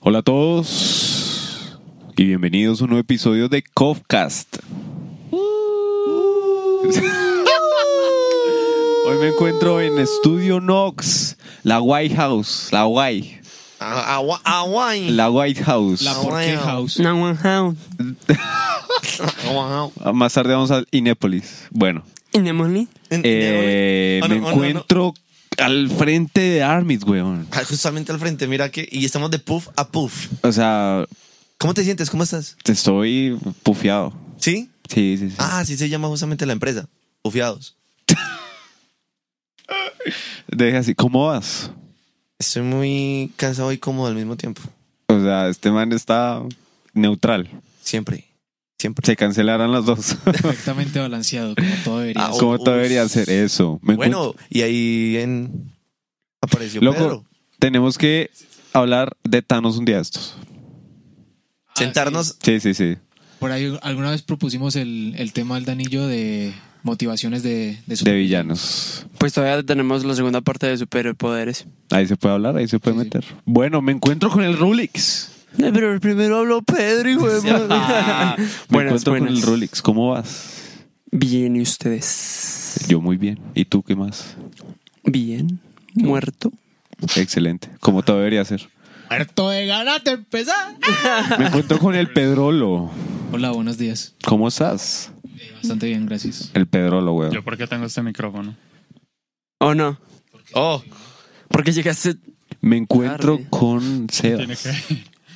Hola a todos y bienvenidos a un nuevo episodio de Covcast. Hoy me encuentro en Estudio Knox, la White House, la White, A- Agua, Hawaii. la White House. La por qué Bueno. house. No one house. Wow. Ah, Más tarde vamos a Inépolis. Bueno, In the morning. eh, Ah, no, me ah, no, encuentro al frente de Armit, weón. no. Ah, Justamente al frente, mira que. Y estamos de puff a puff. O sea, ¿Cómo te sientes? ¿Cómo estás? estoy pufiado. ¿Sí? Sí, sí, sí. Ah, sí se llama justamente la empresa. Pufiados. Deja así, ¿cómo vas? Estoy muy cansado y cómodo al mismo tiempo. O sea, este man está neutral. Siempre. Siempre. Se cancelarán las dos. Perfectamente balanceado, como todo debería Ah, ser. ¿Cómo uf. te debería ser eso? Me encuentro- Bueno, y ahí en... apareció Loco, Pedro. tenemos que hablar de Thanos un día de estos. Ah, Sentarnos. Sí, sí, sí. sí. Por ahí alguna vez propusimos el, el tema del danillo de motivaciones de, de su- De villanos. Pues todavía tenemos la segunda parte de superpoderes. Ahí se puede hablar, ahí se puede Sí, sí. meter. Bueno, me encuentro con el Rulix. Pero primero habló Pedro, hijo de madre. Me Buenas, encuentro con buenas. el Rulix. ¿Cómo vas? Bien, ¿y ustedes? Yo muy bien. ¿Y tú qué más? Bien. Muerto. Excelente. ¿Cómo te debería ser? Muerto de ganas de empezar. Me encuentro con el Pedrolo. Hola, buenos días. ¿Cómo estás? Eh, Bastante bien, gracias. El Pedrolo, ¿Yo weón. por qué tengo este micrófono? ¿O no? Oh, Porque llegaste. Me encuentro Tarde. con Tiene Sebas. que...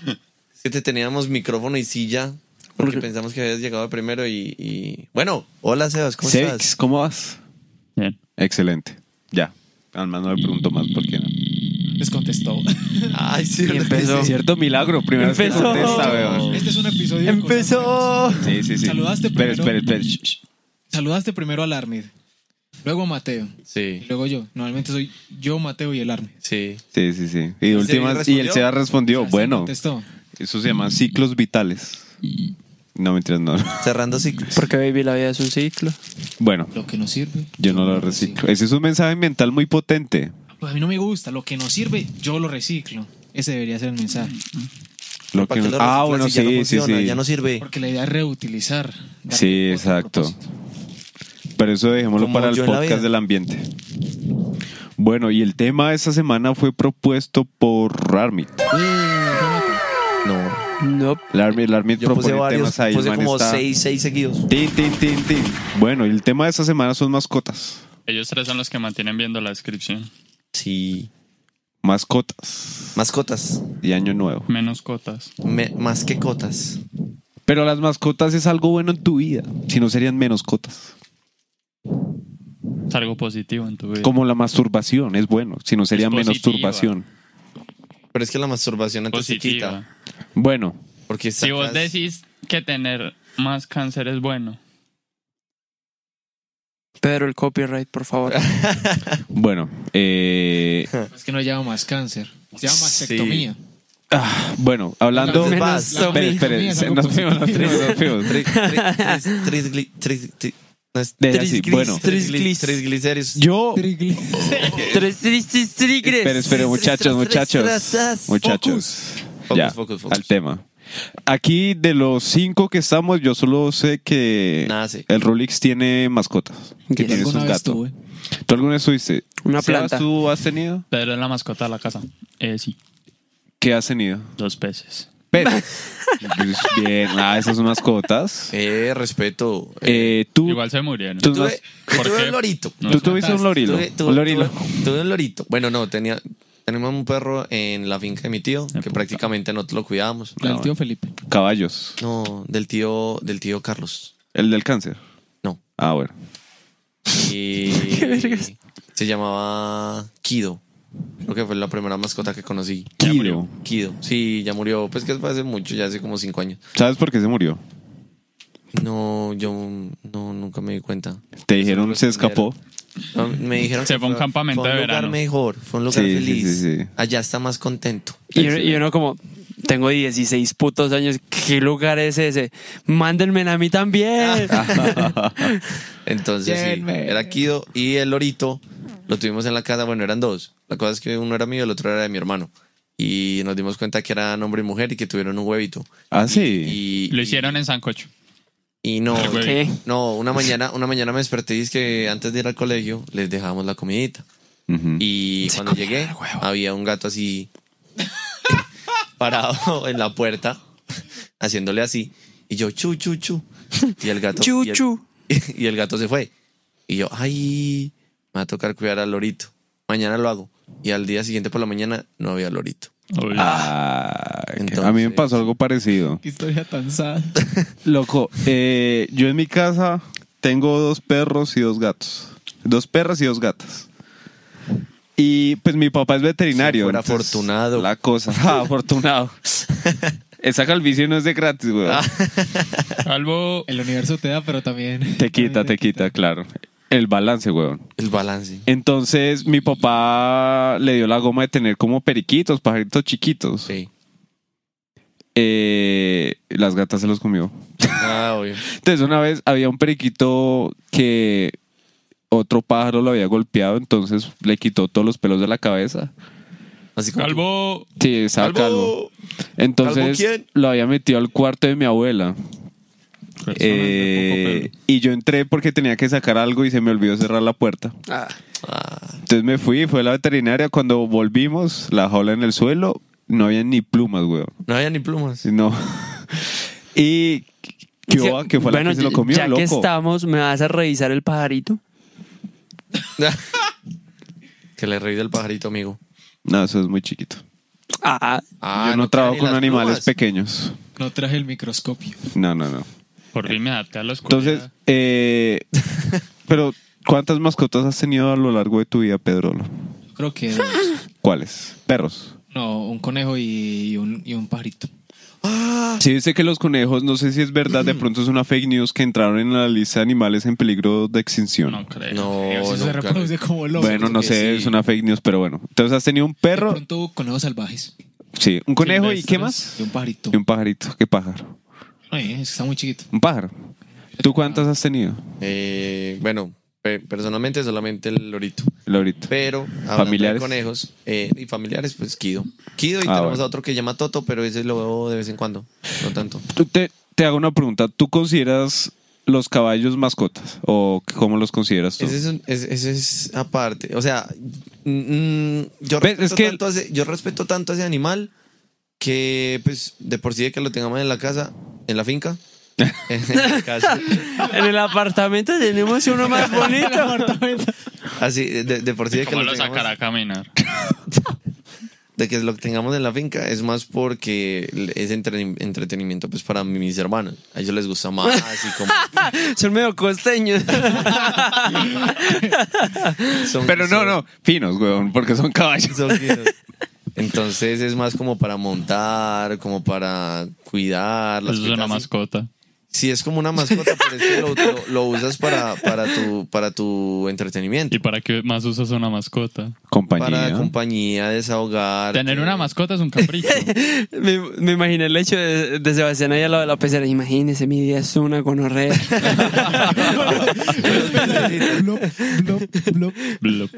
es que te teníamos micrófono y silla. Porque Porque- pensamos que habías llegado primero y. y- Bueno, hola Sebas, ¿cómo Sebas, estás? ¿cómo vas? Bien. Excelente. Ya. Además, no me pregunto más por qué no. Les contestó. Ay, sí, Y ¿verdad? empezó. Cierto milagro, primero que Empezó. contesta, weón. Este es un episodio. de cosas ¡Empezó! buenas. Sí, sí, sí. Saludaste Espera, primero. espera, espera. Shh, shh. Saludaste primero al Armid, luego a Mateo, y Sí, luego yo. Normalmente soy yo, Mateo y el Armid. sí. Sí, sí, sí. Y, el últimas- Sebas y el respondió? Sebas respondió, Así bueno, Contestó. eso se llama ciclos vitales. No, mentiras, no. Cerrando ciclos. Porque baby, la vida es un ciclo. Bueno, Lo que no sirve. yo no lo reciclo. Ese es un mensaje mental muy potente. Pues a mí no me gusta. Lo que no sirve, yo lo reciclo. Ese debería ser el mensaje. Lo ¿Para que- qué lo ah, reciclas bueno, si ya no sí, sí, funciona, sí. Ya no sirve. Porque la idea es reutilizar. darle Sí, otro exacto. pues, propósito. Pero eso dejémoslo Como para el yo en la podcast vida. del ambiente. Bueno, y el tema de esta semana fue propuesto por Armit. No. No. El Armit, el Armit Yo puse propone varios, temas ahí. el puse man como está- seis, seis seguidos. Tin, tin, tin, tin. Bueno, y el tema de esta semana son mascotas. Ellos tres son los que mantienen viendo la descripción. Sí. Mascotas Mascotas. y año nuevo. Menos cotas. Me- más que cotas. Pero las mascotas es algo bueno en tu vida. Si no serían menos cotas. Es algo positivo en tu vida. Como la masturbación es bueno. Si no sería Es menos positiva. turbación. Pero es que la masturbación antes se Positiva. quita. Bueno, Porque Si vos sacas- decís que tener más cáncer es bueno. Pedro, el copyright, por favor. bueno. eh, Es que no lleva más cáncer. Se llama mastectomía. ah, bueno, hablando. Entonces vas, Menos la- zombie. Espere, espere, Mastectomía es algo nos fuimos, nos positivo. fuimos, nos fuimos. Tri- tri- tris- trisgli- tris- tri- no es- Deja así, trisglis- bueno. trisglis- Trisglis. Trisglicéridos. Yo. Tres tristes tigres. Espere, espere, muchachos, muchachos. Muchachos. Focus, ya, focus, focus. al tema. Aquí de los cinco que estamos, yo solo sé que Nada, sí. el Rolex tiene mascotas. Que Yo tiene alguna un vez gato. tuve. ¿Tú alguna vez tuviste? Una Sebas, planta. ¿Tú has tenido? Pero es la mascota de la casa. Eh, sí, ¿Qué has tenido? dos peces. Pero. Pues, Bien, ah, esas son mascotas. Eh, respeto. Eh, tú, Igual se murieron. tú, Tuve, ¿Por yo tuve qué? un lorito. No tú los tuviste un mataste. lorilo. Tuve, tuve- un lorilo. tuve- tuve un lorito. Bueno, no, tenía, teníamos un perro en la finca de mi tío que puta. prácticamente no lo cuidábamos. La del tío Felipe. Caballos. No, del tío, del tío Carlos. El del cáncer. No. Ah, bueno. Y Qué vergas. se llamaba Kido. Creo que fue la primera mascota que conocí. Ya Kiro. Kido. Sí, ya murió. Pues que fue hace mucho, ya hace como cinco años. ¿Sabes por qué se murió? No, yo no, nunca me di cuenta. Te dijeron se escapó. No, Me dijeron Se que fue a un campamento fue a de un lugar verano. mejor, fue a un lugar Sí, sí, feliz. sí, sí. Allá está más contento. Y uno, y uno como, tengo 16 putos años, ¿qué lugar es ese? Mándenme a mí también. Entonces, sí, Llévenme. era Kido y el Lorito. Lo tuvimos en la casa. Bueno, eran dos. La cosa es que uno era mío, el otro era de mi hermano. y nos dimos cuenta que eran hombre y mujer y que tuvieron un huevito. Ah, sí. Y, Lo hicieron en Sancocho. Y no, El huevito. ¿Qué? no, una mañana, una mañana me desperté y es que antes de ir al colegio les dejábamos la comidita. Ujú. Y cuando llegué, había un gato así parado en la puerta, haciéndole así. Y yo, chu, chu, chu. Y el gato. Chu, y el- chu. Y el gato se fue. Y yo, ay, me va a tocar cuidar al lorito. Mañana lo hago. Y al día siguiente por la mañana no había lorito. Uy. Ah, que- a mí me Entonces- pasó algo parecido. Qué historia tan sad. Loco, eh, yo en mi casa tengo dos perros y dos gatos. Dos perras y dos gatas. Y pues mi papá es veterinario. Si fuera entonces, afortunado. La cosa. Ah, afortunado. Esa calvicie no es de gratis, güey. Ah. Algo. El universo te da, pero también. Te quita, te quita, claro. El balance, weón. El balance. Entonces mi papá le dio la goma de tener como periquitos, pajaritos chiquitos. Sí. Eh, las gatas se los comió. Ah, obvio. Entonces una vez había un periquito que otro pájaro lo había golpeado, entonces le quitó todos los pelos de la cabeza. Así como. ah, Calvo. Sí, estaba calvo. Calvo. ¿Calvo Entonces quién? lo había metido al cuarto de mi abuela. Eh, y yo entré porque tenía que sacar algo y se me olvidó cerrar la puerta. Ah, Ah, Entonces me fui, fue a la veterinaria. Cuando volvimos, la jaula en el suelo, no había ni plumas, weón. no había ni plumas. No. y qué va, que fue la bueno, que se lo comió, ya loco. que estamos, ¿me vas a revisar el pajarito? que le reí del pajarito, amigo. No, eso es muy chiquito. Ah, Ah, yo no, quedan trabajo ni con las animales plumas. pequeños. No traje el microscopio. No, no, no. Por fin me adapté a la oscuridad. Entonces, eh, pero ¿cuántas mascotas has tenido a lo largo de tu vida, Pedro? Creo que. dos. ¿Cuáles? Perros. No, un conejo y un, y un pajarito. Ah. Sí, dice que los conejos, no sé si es verdad, de pronto es una fake news que entraron en la lista de animales en peligro de extinción. No creo. No, Eso se nunca. reproduce como loco. bueno, no que sé, sí. es una fake news, pero bueno. Entonces has tenido un De perro, pronto hubo conejos salvajes. sí, un conejo y ¿qué Silvestres. más? Y un pajarito. Y un pajarito, qué pájaro. Ay, es que está muy chiquito. Un pájaro. ¿Tú cuántas has tenido, Eh, bueno, pe- personalmente solamente el lorito. Laurito? Pero hablando Familiares. de conejos eh, y familiares, pues Kido. Kido y Ah, tenemos bueno. a otro que llama Toto, pero ese lo veo de vez en cuando. No tanto. Tú te, te hago una pregunta. ¿Tú consideras los caballos mascotas? ¿O cómo los consideras tú? Ese es, un- es- ese es aparte. O sea, mm, yo, Ves, es respeto que- tanto a ese, yo respeto tanto a ese animal que, pues, de por sí de que lo tengamos en la casa, en la finca. en la casa. en el apartamento tenemos uno más bonito. Así, de, de por sí de que ¿Cómo lo, lo tengamos, sacará a caminar? de que lo tengamos en la finca es más porque es entre- entretenimiento pues para mis hermanos. A ellos les gusta más así como Son medio costeños. son- Pero no, son- no. Finos, weón, porque son caballos. son guisos. Entonces es más como para montar, como para cuidar. las Eso es una cosas así. mascota. Sí, es como una mascota, pero es que lo, lo- lo usas para, para, tu, para tu entretenimiento. ¿Y para qué más usas una mascota? Compañía. Para compañía, desahogar. Tener una mascota es un capricho. Me, me imaginé el hecho de, de Sebastián ahí al lado de la pecera. Imagínese, mi día es una gonorrea. Blop, blop, blop. Blup.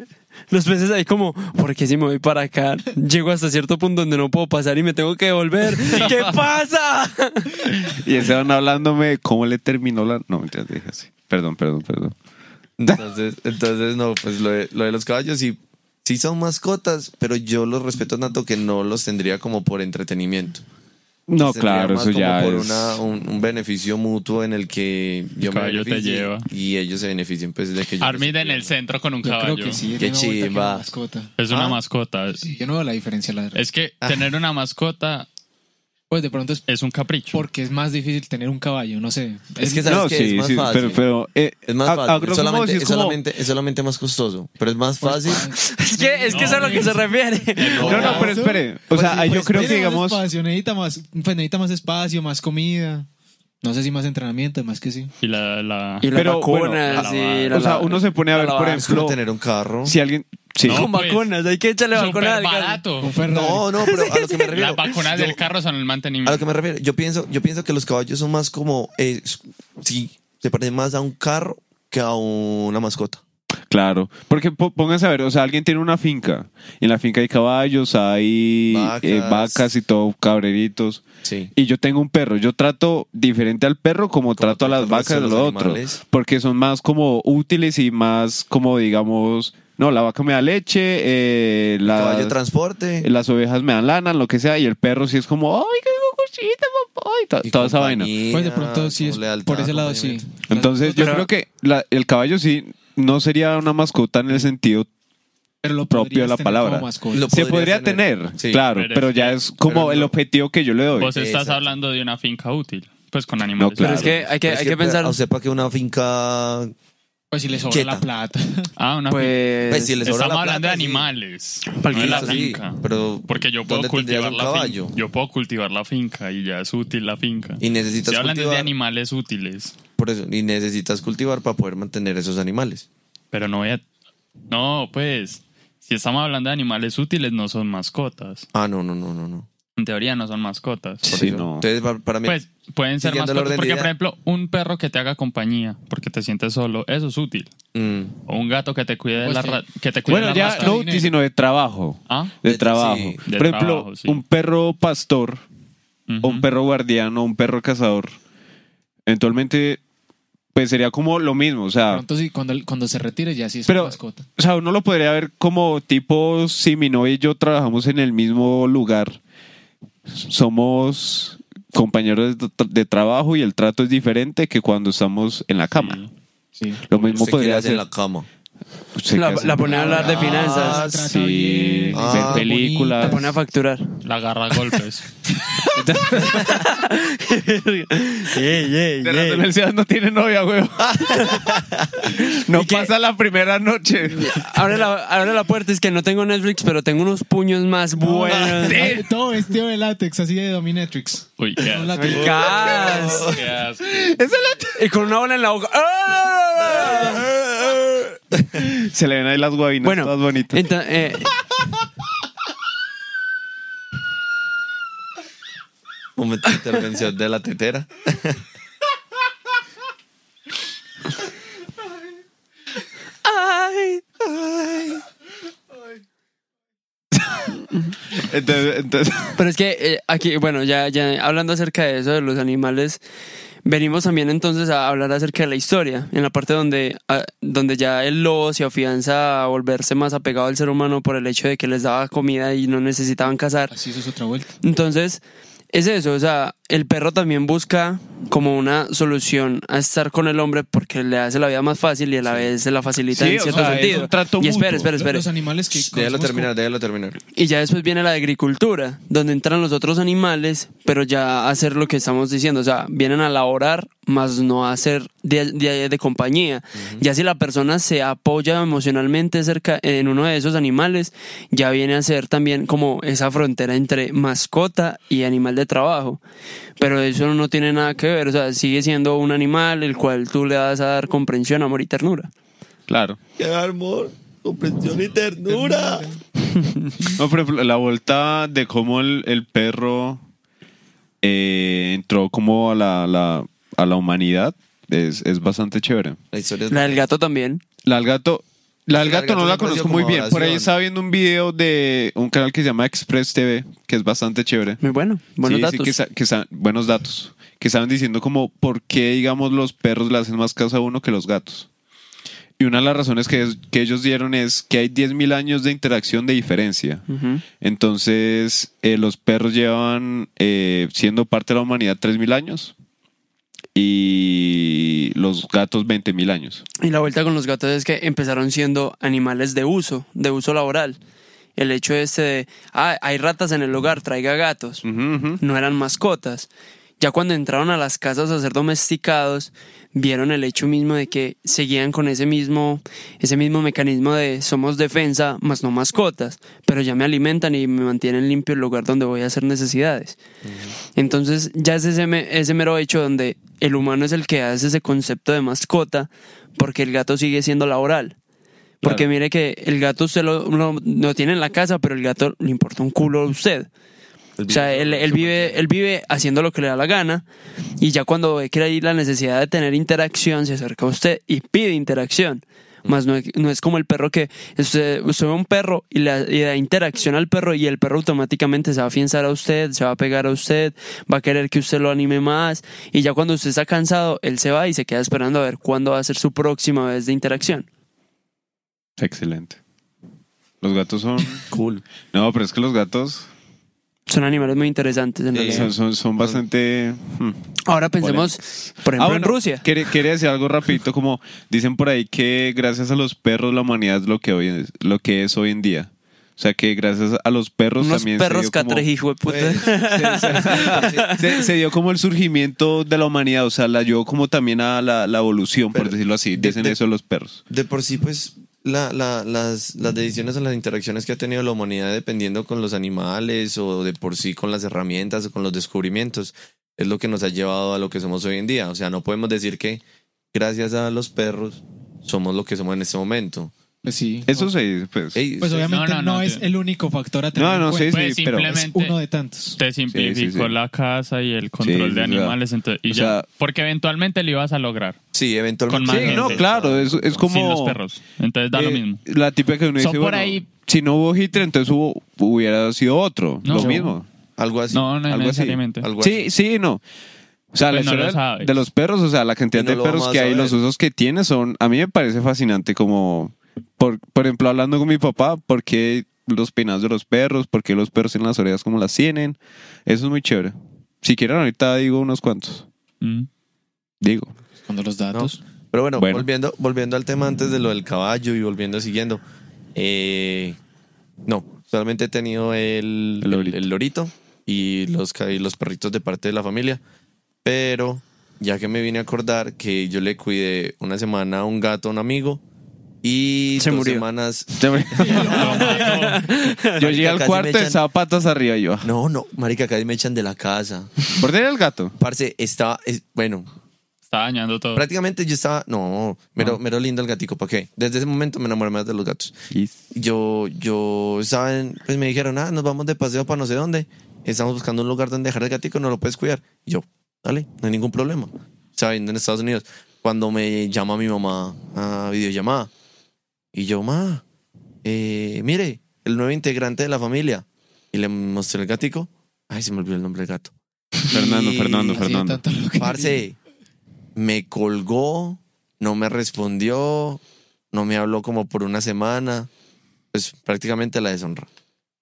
Los peces ahí como, ¿por qué si me voy para acá? Llego hasta cierto punto donde no puedo pasar y me tengo que volver. ¿Qué pasa? Y estaban hablándome de cómo le terminó la. No, mentiras, dije así. Perdón, perdón, perdón. Entonces, entonces no, pues lo de, lo de los caballos sí, sí son mascotas, pero yo los respeto tanto que no los tendría como por entretenimiento. No, Tendría claro, más eso como ya por es. una- un, un beneficio mutuo en el que yo me caballo te beneficie lleva. y ellos se beneficien pues de que yo... Armida en el centro con un Yo caballo. creo que sí. Qué de una vuelta que chimba. una mascota. Es una Ah. mascota. Sí, yo no veo la diferencia, la verdad. Es que Ah. tener una mascota Pues de pronto es es un capricho. porque es más difícil tener un caballo, no sé. Es que sabes No, que sí, es más sí, fácil. pero, pero eh, Es más a- a fácil. grosso es, modo, solamente, sí es como- solamente, es solamente más costoso, pero es más Pues, fácil. Es que, es que eso es a lo que se refiere. No, no, pero espere. O sea, Pues sí, yo pues, creo que Tiene más digamos. espacio, necesita más, pues necesita más espacio, más comida. No sé si más entrenamiento, más que sí. Y la, la- Y la Pero, vacuna, bueno, sí, la- la- o sea, uno se pone a la ver, por lavada. Es como ejemplo, tener un carro. si alguien. Sí. No, Con pues, vacunas, hay que echarle Súper vacunas al gas. barato. Un Ferrari. No, no, pero a lo que me refiero. Las vacunas yo- del carro son el A mantenimiento. lo que me refiero, yo pienso, yo pienso que los caballos son más como. eh, s- sí, se parecen más a un carro que a una mascota. Claro, porque po- pónganse a ver, o sea, alguien tiene una finca, en la finca hay caballos, hay eh, vacas, Vacas. y todo, cabreritos, Sí. y yo tengo un perro, yo trato diferente al perro como, trato a las tratan al resto vacas de de los los otros, animales. porque son más como útiles y más como digamos, no, la vaca me da leche, eh, la, Caballo de transporte. las ovejas me dan lana, lo que sea, y el perro sí es como, ay, qué cucuchita, papá, y to- y toda esa vaina. compañía, Pues de pronto sí, es, como lealtad, por ese lado sí. acompañamiento. Entonces yo Pero- creo que la- el caballo sí no sería una mascota en el sentido Pero lo propio podrías la tener palabra. como mascota. Lo- se podrías podría tener, tener. Sí. claro, pero, Pero es ya que- es como pero el no. objetivo que yo le doy. Vos estás Exacto. hablando de una finca útil, pues con animales. claro. Pero es que hay que, Pero es hay que pensar. a usted para que una finca. Pues si le sobra Quieta. la plata. Ah, una finca. Pues, Pues si le sobra Estamos la hablando de plata, sí. animales, Porque no de la eso sí, finca. pero Porque yo puedo ¿dónde tendrías cultivar un la caballo? finca. Yo puedo cultivar la finca y ya es útil la finca. Y necesitas Si hablan de cultivar. animales útiles, Por eso, y necesitas cultivar para poder mantener esos animales. pero no voy a... No, pues, si estamos hablando de animales útiles, no son mascotas. Ah, no, no, no, no, no. En teoría no son mascotas. Por Sí, eso. no. Entonces, pa- para mí. Pues pueden ser Siguiendo el mascotas. orden de Porque, idea. por ejemplo, un perro que te haga compañía porque te sientes solo, eso es útil. mm, O un gato que te cuide de Pues la sí. ra- que te cuide Bueno, la ya rata. no dinero. útil, sino de trabajo. Ah, De, De- trabajo. sí, de Por ejemplo, trabajo, sí. un perro pastor, ujú. o un perro guardián o un perro cazador, eventualmente, pues sería como lo mismo. O sea, Pronto sí, cuando, cuando se retire ya sí es Ah. Pero- mascota. O sea, uno lo podría ver como tipo, si mi novia y yo trabajamos en el mismo lugar, somos compañeros de, tra- de trabajo y el trato es diferente que cuando estamos en la cama. Sí. Lo mismo usted quiere podría hacer ser en la cama. se la, casa- la ponen a hablar de Ah, finanzas. trata sí, bien, Ah, ver bonita. películas. La ponen a facturar. La agarra a golpes. Yeah, yeah, De yeah. razón, el ciudad no tiene novia, güey. no pasa la primera noche. Abre la, abre la puerta, es que no tengo Netflix, pero tengo unos puños más buenos. Ay, Todo vestido de látex, así de Dominatrix. Uy, qué Un asco. látex. Gas. Qué asco. Y con una bola en la boca. ¡Ah! Se le ven ahí las guabinas Bueno, todas bonitas. ento- eh, Momento de intervención de la tetera. Entonces, entonces- pero es que eh, aquí, bueno, ya, ya hablando acerca de eso, de los animales, venimos también entonces a hablar acerca de la historia, en la parte donde, ah, donde ya el lobo se afianza a volverse más apegado al ser humano por el hecho de que les daba comida y no necesitaban cazar. Así eso es otra vuelta. Entonces, es eso, o sea, el perro también busca como una solución a estar con el hombre porque le hace la vida más fácil y a la vez se la facilita Sí, en o cierto sea, es sentido. un trato y espera, mutuo. espera, espera. Los animales que Déjalo conocemos terminar, déjalo terminar. Y ya después viene la agricultura, donde entran los otros animales, pero ya a hacer lo que estamos diciendo, o sea, vienen a laborar, más no a hacer de, de- de compañía. Ya si la persona se apoya emocionalmente cerca en uno de esos animales, ya viene a ser también como esa frontera entre mascota y animal de trabajo. Pero eso no tiene nada que ver, o sea, sigue siendo un animal el cual tú le vas a dar comprensión, amor y ternura. claro. ¡Qué amor! Comprensión y ternura. No, por ejemplo, la vuelta de cómo el, el perro eh, entró como a la, la- a la humanidad es, es bastante chévere. La historia es La del gato también. La del gato, la del Sí, la gato del no gato la me pareció conozco muy como bien. Por ahí oración. estaba viendo un video de un canal que se llama Express TV, que es bastante chévere. Muy bueno, buenos Sí, sí, datos. que sa- que sa- buenos datos. Que estaban diciendo como por qué, digamos, los perros le hacen más caso a uno que los gatos. Y una de las razones que, es- que ellos dieron es que hay 10.000 años de interacción de diferencia. Ujú. Entonces, eh, los perros llevan eh, siendo parte de la humanidad 3.000 años y los gatos 20.000 años. Y la vuelta con los gatos es que empezaron siendo animales de uso, de uso laboral. El hecho este de, ah, hay ratas en el hogar, traiga gatos. Ujú, ujú. No eran mascotas. Ya cuando entraron a las casas a ser domesticados, vieron el hecho mismo de que seguían con ese mismo, ese mismo mecanismo de somos defensa, más no mascotas, pero ya me alimentan y me mantienen limpio el lugar donde voy a hacer necesidades. Entonces ya es ese, me- ese mero hecho donde el humano es el que hace ese concepto de mascota porque el gato sigue siendo laboral. Porque Claro. mire que el gato usted lo, lo- lo tiene en la casa, pero el gato le importa un culo a usted. O sea, él, él vive, él vive haciendo lo que le da la gana y ya cuando ve que hay la necesidad de tener interacción, se acerca a usted y pide interacción. más no, no es como el perro que usted, usted ve un perro y le, y le da interacción al perro y el perro automáticamente se va a afianzar a usted, se va a pegar a usted, va a querer que usted lo anime más y ya cuando usted está cansado, él se va y se queda esperando a ver cuándo va a ser su próxima vez de interacción. Excelente. Los gatos son. Cool. No, pero es que los gatos Son animales muy interesantes en Sí. realidad. son, son, son bastante. hmm. Ahora pensemos, por ejemplo, Ah, bueno, en Rusia. Quería, quería decir algo rapidito, como dicen por ahí que gracias a los perros la humanidad es lo que hoy es, lo que es hoy en día. O sea que gracias a los perros Unos también perros se, dio como, catrejijo de puta. Pues, sí, sí, sí. se, se dio como el surgimiento de la humanidad, o sea, la ayudó como también a la, la evolución, por Pero, decirlo así. de- Dicen de- eso los perros. De por sí, pues, la- la- las, las decisiones o las interacciones que ha tenido la humanidad dependiendo con los animales o de por sí con las herramientas o con los descubrimientos es lo que nos ha llevado a lo que somos hoy en día. O sea, no podemos decir que gracias a los perros somos lo que somos en este momento. Pues sí. Eso se dice, pues. Ey, Pues sí, obviamente no, no, no, es tío. el único factor a tener no, en no, cuenta. sí, Pues, sí, pero. simplemente- Es uno de tantos. Te simplificó Sí, sí, sí. la casa y el control Sí, de o sea, animales. entonces- y o ya. sea- porque eventualmente lo ibas a lograr. sí, eventualmente. Con más Sí, no, gente. claro, es, es como. Sin los perros. Entonces da lo eh, mismo. La típica que uno Son dice, por bueno, ahí- si no hubo Hitler, entonces hubo, hubiera sido otro, No, lo yo- mismo. Algo así. No, no, no algo así, necesariamente. algo Sí, así. sí, no. O sea, la Pues no historia lo del- sabes. de los perros, o sea, la cantidad Y no de lo perros vamos a que hay, saber. los usos que tiene son, a mí me parece fascinante como, por, por ejemplo, hablando con mi papá, por qué los peinados de los perros, por qué los perros tienen las orejas como las tienen, eso es muy chévere. Si quieren ahorita digo unos cuantos, Mm. digo. Cuando los datos. Pero bueno, Bueno. Volviendo, volviendo al tema antes de lo del caballo y volviendo siguiendo. eh, no, solamente he tenido el, El el, lorito. el lorito y los, ca- y los perritos de parte de la familia. Pero ya que me vine a acordar que yo le cuidé una semana a un gato, a un amigo. Y Se dos murió. semanas. yo llegué al casi me cuarto de echan- zapatas arriba y yo. No, no, marica, casi me echan de la casa. ¿Por qué era el gato? Parce, estaba. es- bueno, Está dañando todo. prácticamente yo estaba. No, mero, mero lindo el gatico, ¿para qué? Desde ese momento me enamoré más de los gatos. yo, yo, saben, pues me dijeron, ah, nos vamos de paseo para no sé dónde. Estamos buscando un lugar donde dejar el gatico, no lo puedes cuidar. Y yo, dale, no hay ningún problema. Saben, en Estados Unidos, cuando me llama mi mamá a videollamada, y yo, ma, eh, mire, el nuevo integrante de la familia. Y le mostré el gatico. Ay, se me olvidó el nombre del gato. Fernando, Y- Fernando, Así de Fernando. tanto lo que- Parce, me colgó, no me respondió, no me habló como por una semana. Pues prácticamente la deshonra.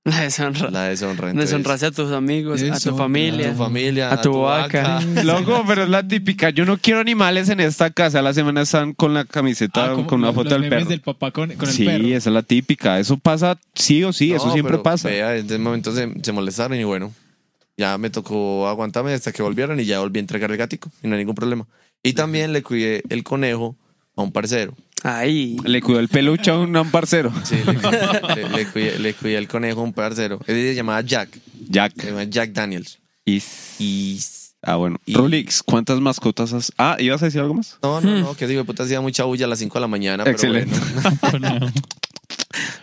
La deshonra. La deshonra. entonces, Deshonraste a tus amigos, a tu Eso, familia. a tu familia, a tu vaca. Loco, pero es la típica. Yo no quiero animales en esta casa. A la semana están con la camiseta, Ah, como con una los- foto los del memes perro. del papá con, con el sí, perro. esa es la típica. Eso pasa sí o sí. eso No, siempre pero, pasa. vea, en ese momento se, se molestaron y bueno, ya me tocó aguantarme hasta que volvieron y ya volví a entregar el gatico y no hay ningún problema. Y también le cuidé el conejo a un parcero. Ay. Le cuidó el peluche a un a un parcero. Sí, le, le- le cuidé, le cuidé el conejo a un parcero. Él se llamaba Jack, se Jack. llamaba Jack Daniels. Is. Y Ah, bueno. Y- Rulix, ¿cuántas mascotas has...? Ah, ¿ibas a decir algo más? no, no, no, que digo, puta, hacía mucha bulla a las 5 de la mañana. pero Excelente. bueno.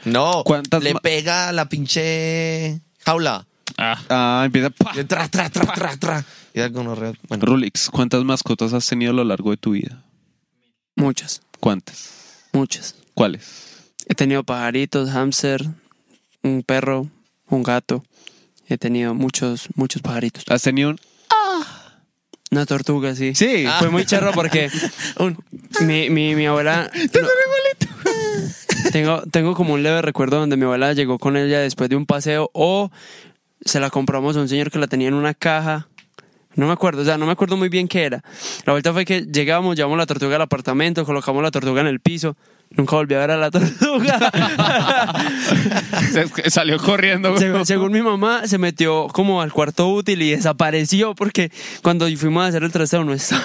No, ¿Cuántas le ma- pega a la pinche jaula. Ah, Ah, empieza... ¡pa! Y Tra, tra, tra, tra, tra. Y algo no real. Bueno, Rulix, ¿cuántas mascotas has tenido a lo largo de tu vida? Muchas, ¿Cuántas? muchas. ¿Cuáles? He tenido pajaritos, hámster, un perro, un gato. He tenido muchos, muchos pajaritos. ¿Has tenido un...? Una tortuga, sí. Sí. Fue muy charro porque un- mi, mi, mi abuela. no- tengo, tengo como un leve recuerdo donde mi abuela llegó con ella después de un paseo o se la compramos a un señor que la tenía en una caja. No me acuerdo, o sea, no me acuerdo muy bien qué era. La vuelta fue que llegamos, llevamos la tortuga al apartamento, colocamos la tortuga en el piso. Nunca volví a ver a la tortuga. Se- salió corriendo. güey. Según, según mi mamá, se metió como al cuarto útil y desapareció porque cuando fuimos a hacer el trasero no estaba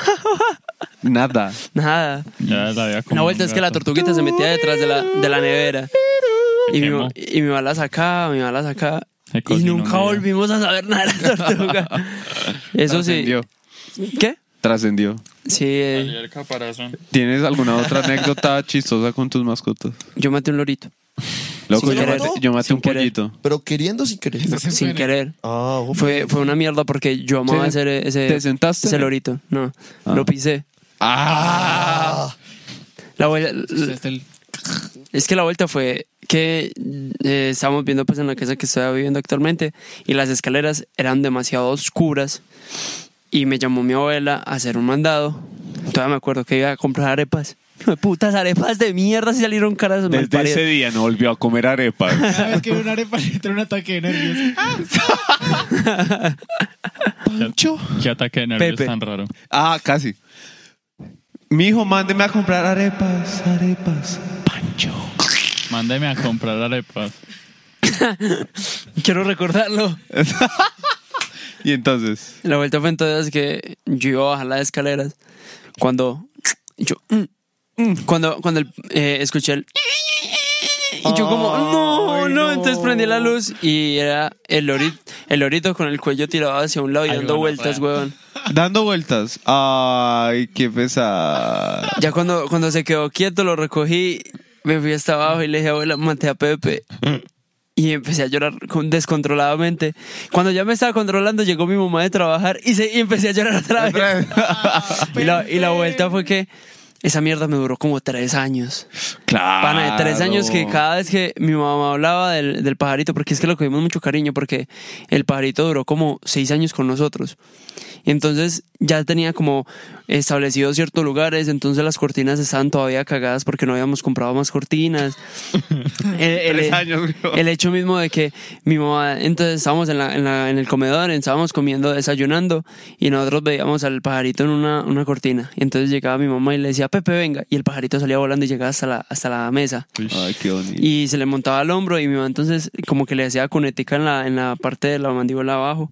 Nada. nada. ya la había Una como vuelta un es que la gato. tortuguita se metía detrás de la, de la nevera. Y mi, Quemó. ma- y mi mamá la sacaba, mi mamá la sacaba. Se Y cocinó nunca medio. volvimos a saber nada de la tortuga. Eso sí. Trascendió. ¿Qué? Trascendió. Sí, eh, Salió el caparazón. ¿Tienes alguna otra anécdota chistosa con tus mascotas? yo maté un lorito. Loco, Sin yo querer, maté, yo maté sin un querer. pollito. pero queriendo si querés. Se Sin muere. querer. Ah, ojo. Fue, fue una mierda porque yo amaba Sí. ese, ese, ¿Te sentaste? ese lorito. No, Ah. lo pisé. ¡Ah! La abuela, Pues, este el- Es que la vuelta fue que eh, estábamos viendo pues en la casa que estaba viviendo actualmente y las escaleras eran demasiado oscuras y me llamó mi abuela a hacer un mandado. Todavía me acuerdo que iba a comprar arepas. Hijo de putas arepas de mierda si salieron caras mal Desde ese día no volvió a comer arepas. Cada vez que veo una arepa le entra un ataque de nervios. Ah. Qué ataque de nervios Pepe. tan raro. Ah, casi. Mi hijo, mándeme a comprar arepas, arepas. Pancho. Mándeme a comprar arepas. Quiero recordarlo. Y entonces, La vuelta fue entonces que yo iba a bajar las escaleras cuando yo mm, mm, cuando cuando el- eh, escuché el y yo como no, no entonces prendí la luz y era el lorito, el lorito con el cuello tirado hacia un lado y Ay, dando bueno, vueltas, para. huevón. dando vueltas. Ay, qué pesado. Ya cuando cuando se quedó quieto lo recogí, me fui hasta abajo y le dije abuela maté a Pepe. Y empecé a llorar con- descontroladamente. Cuando ya me estaba controlando, llegó mi mamá de trabajar y, se, y empecé a llorar otra vez. Y la, y la vuelta fue que esa mierda me duró como tres años. Claro. Pana, de tres años que cada vez que mi mamá hablaba del, del pajarito, porque es que lo cogimos mucho cariño, porque el pajarito duró como seis años con nosotros. Y entonces ya tenía como establecidos ciertos lugares, entonces las cortinas estaban todavía cagadas porque no habíamos comprado más cortinas. El- el- Tres años, güey. el hecho mismo de que mi mamá, entonces estábamos en, la- en la- en el comedor, estábamos comiendo, desayunando, y nosotros veíamos al pajarito en una, una cortina. Y entonces llegaba mi mamá y le decía, Pepe, venga. Y el pajarito salía volando y llegaba hasta la, hasta la mesa. Ay, qué bonito. Y se le montaba al hombro y mi mamá entonces como que le hacía cunetica en la, en la parte de la mandíbula abajo.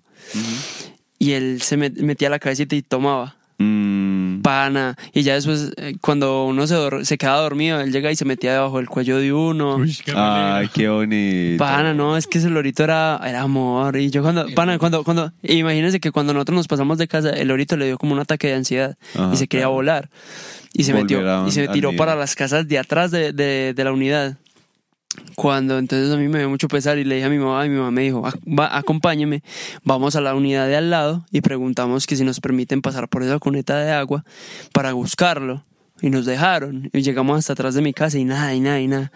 Y él se met- metía la cabecita y tomaba Mm, pana. Y ya después, eh, cuando uno se, dor- se queda dormido, él llega y se metía debajo del cuello de uno. Uy, qué Ay, peligro. qué bonito. Pana, no, es que ese lorito era, era amor. Y yo cuando, pana, cuando, cuando, imagínense que cuando nosotros nos pasamos de casa, el lorito le dio como un ataque de ansiedad Ajá, y se quería claro. volar. Y se Volver a metió, y un- se al tiró nido. para las casas de atrás de, de- de la unidad. Cuando entonces a mí me dio mucho pesar y le dije a mi mamá, y mi mamá me dijo, "Ac- va, acompáñeme, vamos a la unidad de al lado y preguntamos que si nos permiten pasar por esa cuneta de agua para buscarlo. Y nos dejaron y llegamos hasta atrás de mi casa y nada, y nada, y nada.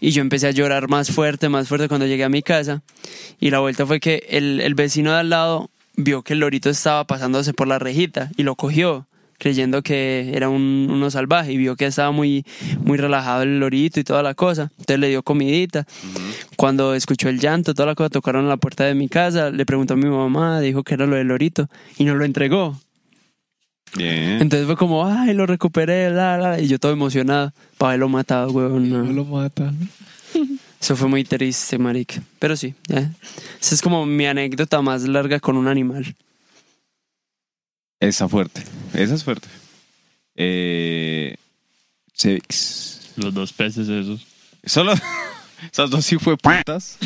Y yo empecé a llorar más fuerte, más fuerte cuando llegué a mi casa. Y la vuelta fue que el, el vecino de al lado vio que el lorito estaba pasándose por la rejita y lo cogió, creyendo que era un, uno salvaje. Y vio que estaba muy, muy relajado el lorito y toda la cosa. Entonces le dio comidita. Cuando escuchó el llanto, toda la cosa, tocaron la puerta de mi casa. Le preguntó a mi mamá, dijo que era lo del lorito y nos lo entregó. Bien. Entonces fue como, ay, lo recuperé, la, la. Y yo todo emocionado para haberlo matado, huevón. no. No lo mata. Eso fue muy triste, marica. Pero sí, ya. Esa es como mi anécdota más larga con un animal. Esa fuerte. Esa es fuerte. Eh, Cevix. Los dos peces esos. Solo esas dos sí fue putas.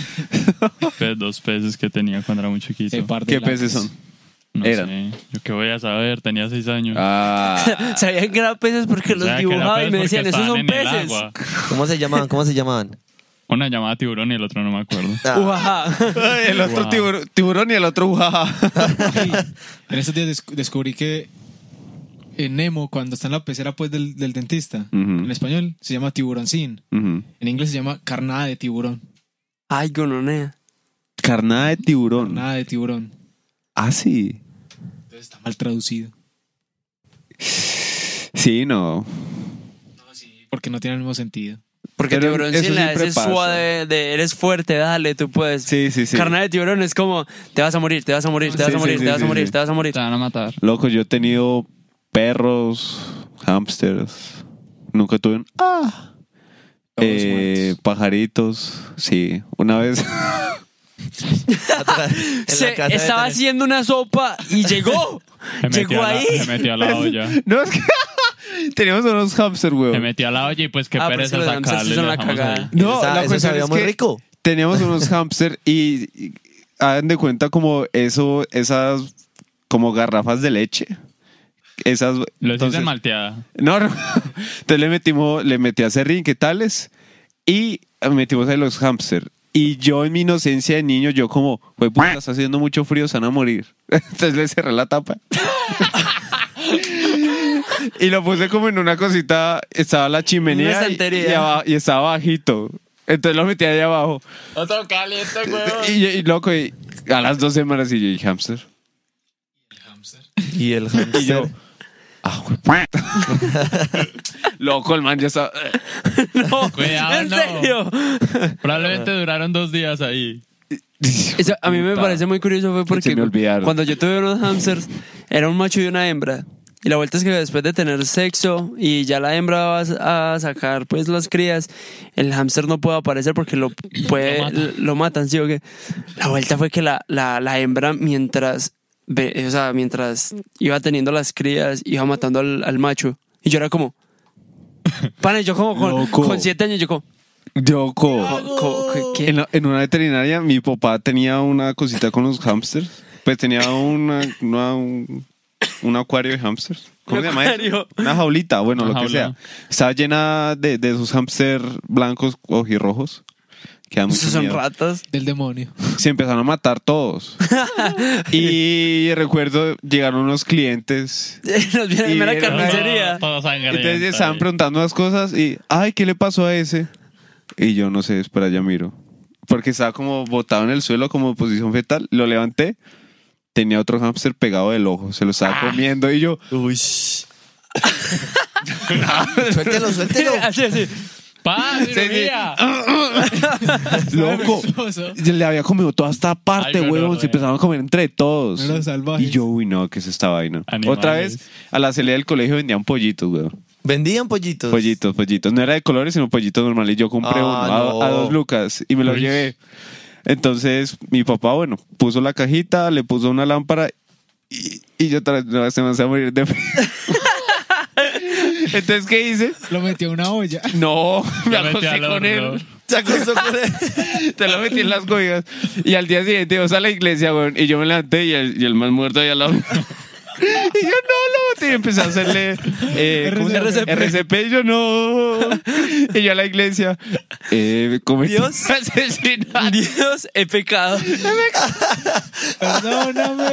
Pe- Dos peces que tenía cuando era muy chiquito. Eh, par de ¿Qué peces latas. son? No eran. sé. Yo qué voy a saber, tenía seis años. Ah, Sabía que eran peces porque O los sea, que era dibujaba y pez me porque decían, esos estaban son en el peces. agua. ¿Cómo se llamaban? ¿Cómo se llamaban? Una llamada tiburón y el otro no me acuerdo. Ah, Ujaja. el otro Wow. tibur- tiburón y el otro ujaja. En esos días descu- descubrí que en Nemo, cuando está en la pecera pues del, del dentista, Ujú. en español se llama tiburoncín. Ujú. En inglés se llama carnada de tiburón. Ay, gononea. Carnada de tiburón. Carnada de tiburón. Ah, sí. Entonces está mal traducido. Sí, no. Porque no tiene el mismo sentido. Porque Pero tiburón eso sí la siempre hace pasa. suave, de, eres fuerte, dale, tú puedes. Sí, sí, sí. Carnal de tiburón es como, te vas a morir, te vas a morir, te vas Sí, a sí, morir, sí, te vas sí, a morir, sí. te vas a morir. Te van a matar. Loco, yo he tenido perros, hamsters. Nunca tuve un. ¡Ah! Todos Eh, muertos. pajaritos. Sí, una vez. atrás, en la Se- casa de estaba tener- haciendo una sopa y llegó. Se metió, llegó a la, ahí. se metió a la olla. no, es que. Teníamos unos hamsters, Se weón. metió a la olla y pues qué Ah, pero es que los pereza hamsters sí sacarle. son lo la dejamos cagada. ahí. No, Esa- la eso cuestión sabía es muy que rico. teníamos unos hamsters y, y hagan de cuenta como eso, esas como garrafas de leche. Esas. Lo hiciste entonces- en malteada. No, no. Entonces le metimos, le metí a Serrin, ¿qué tales? Y metimos a los hamsters. Y yo en mi inocencia de niño, yo como, güey, puta, está haciendo mucho frío, se van a morir. Entonces le cerré la tapa. y lo puse como en una cosita, estaba la Una chimenea y, estantería. y aba- y estaba bajito. Entonces lo metí ahí abajo. Otro caliente, Y, y loco, y a las dos semanas y yo, y hamster. Y el hamster. Y yo, ah, güey, Loco, el man ya estaba. No, Cuidado, en no. serio. Probablemente duraron dos días ahí. Eso a mí me parece muy curioso fue porque me olvidaron. cuando yo tuve unos hamsters era un macho y una hembra. Y la vuelta es que después de tener sexo y ya la hembra va a s- a sacar pues las crías, el hámster no puede aparecer porque lo puede Lo lo, matan. matan, sí o qué. La vuelta fue que la, la, la hembra mientras ve- o sea, mientras iba teniendo las crías iba matando al, al macho y yo era como Pana, y yo como con, Loco. con siete años yo como "Ah, Loco. co- co- ¿qué? En, la- en una veterinaria, mi papá tenía una cosita con los hamsters. Pues tenía una, una- un, un acuario de hamsters. ¿Cómo Un se llama? eso? acuario. Una jaulita, bueno, Una lo que jaula. sea. Estaba llena de, de esos hamsters blancos ojirrojos. Que dan mucho Esos son miedo. ratas. Del demonio. Se empezaron a matar todos. y recuerdo, llegaron unos clientes Nos Y viene mera vieron- carnicería. Todo- Todo sangre. entonces estaban preguntando las cosas y, ay, ¿qué le pasó a ese? Y yo no sé, espera, ya miro. Porque estaba como botado en el suelo, como posición fetal. Lo levanté, tenía otro hámster pegado del ojo, se lo estaba Ah. comiendo y yo, Uy. suéltelo, suéltelo. Así, así. ¡Pa! sí. cirugía! loco, vergonzoso. le había comido toda esta parte, Algo no huevón, se era. empezaron a comer entre todos. Meros salvajes. Y yo, uy, no, ¿qué es esta vaina? Animales. Otra vez, a la salida del colegio vendían pollitos, weón. Vendían pollitos. Pollitos, pollitos. No era de colores, sino pollitos normales. Yo compré Ah, uno a, no. a dos lucas y me lo Uy. llevé. Entonces, mi papá, bueno, puso la cajita, le puso una lámpara y, y yo otra vez, no, este man se va a morir de frío. Entonces, ¿qué hice? Lo metió a una olla. No, me Ya metí acosté al con horno. él. Se acostó con él. Te lo metí en las cobijas. Y al día siguiente, vas a la iglesia, weón. Y yo me levanté y el, y el man muerto ahí al lado. Y yo no, lo boté y empecé a hacerle eh, ¿cómo se llama? RCP. RCP. Y yo no. Y yo a la iglesia, eh, cometí Dios. un asesinato. Dios, he pecado. Perdóname.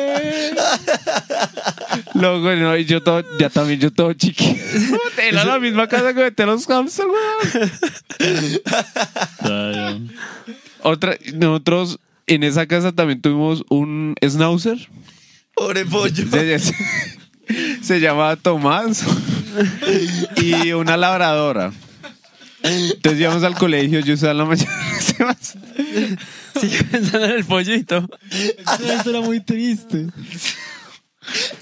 Loco, no, y yo todo, ya también yo todo chiquito. Era la misma casa que metí los hamsters, weón. Ya, ya. Otra, nosotros en esa casa también tuvimos un schnauzer. Pobre pollo. Se, se- se llamaba Tomás y una labradora. Entonces íbamos al colegio, yo estaba en la mañana. se va- Sigue pensando en el pollito. Esto era muy triste.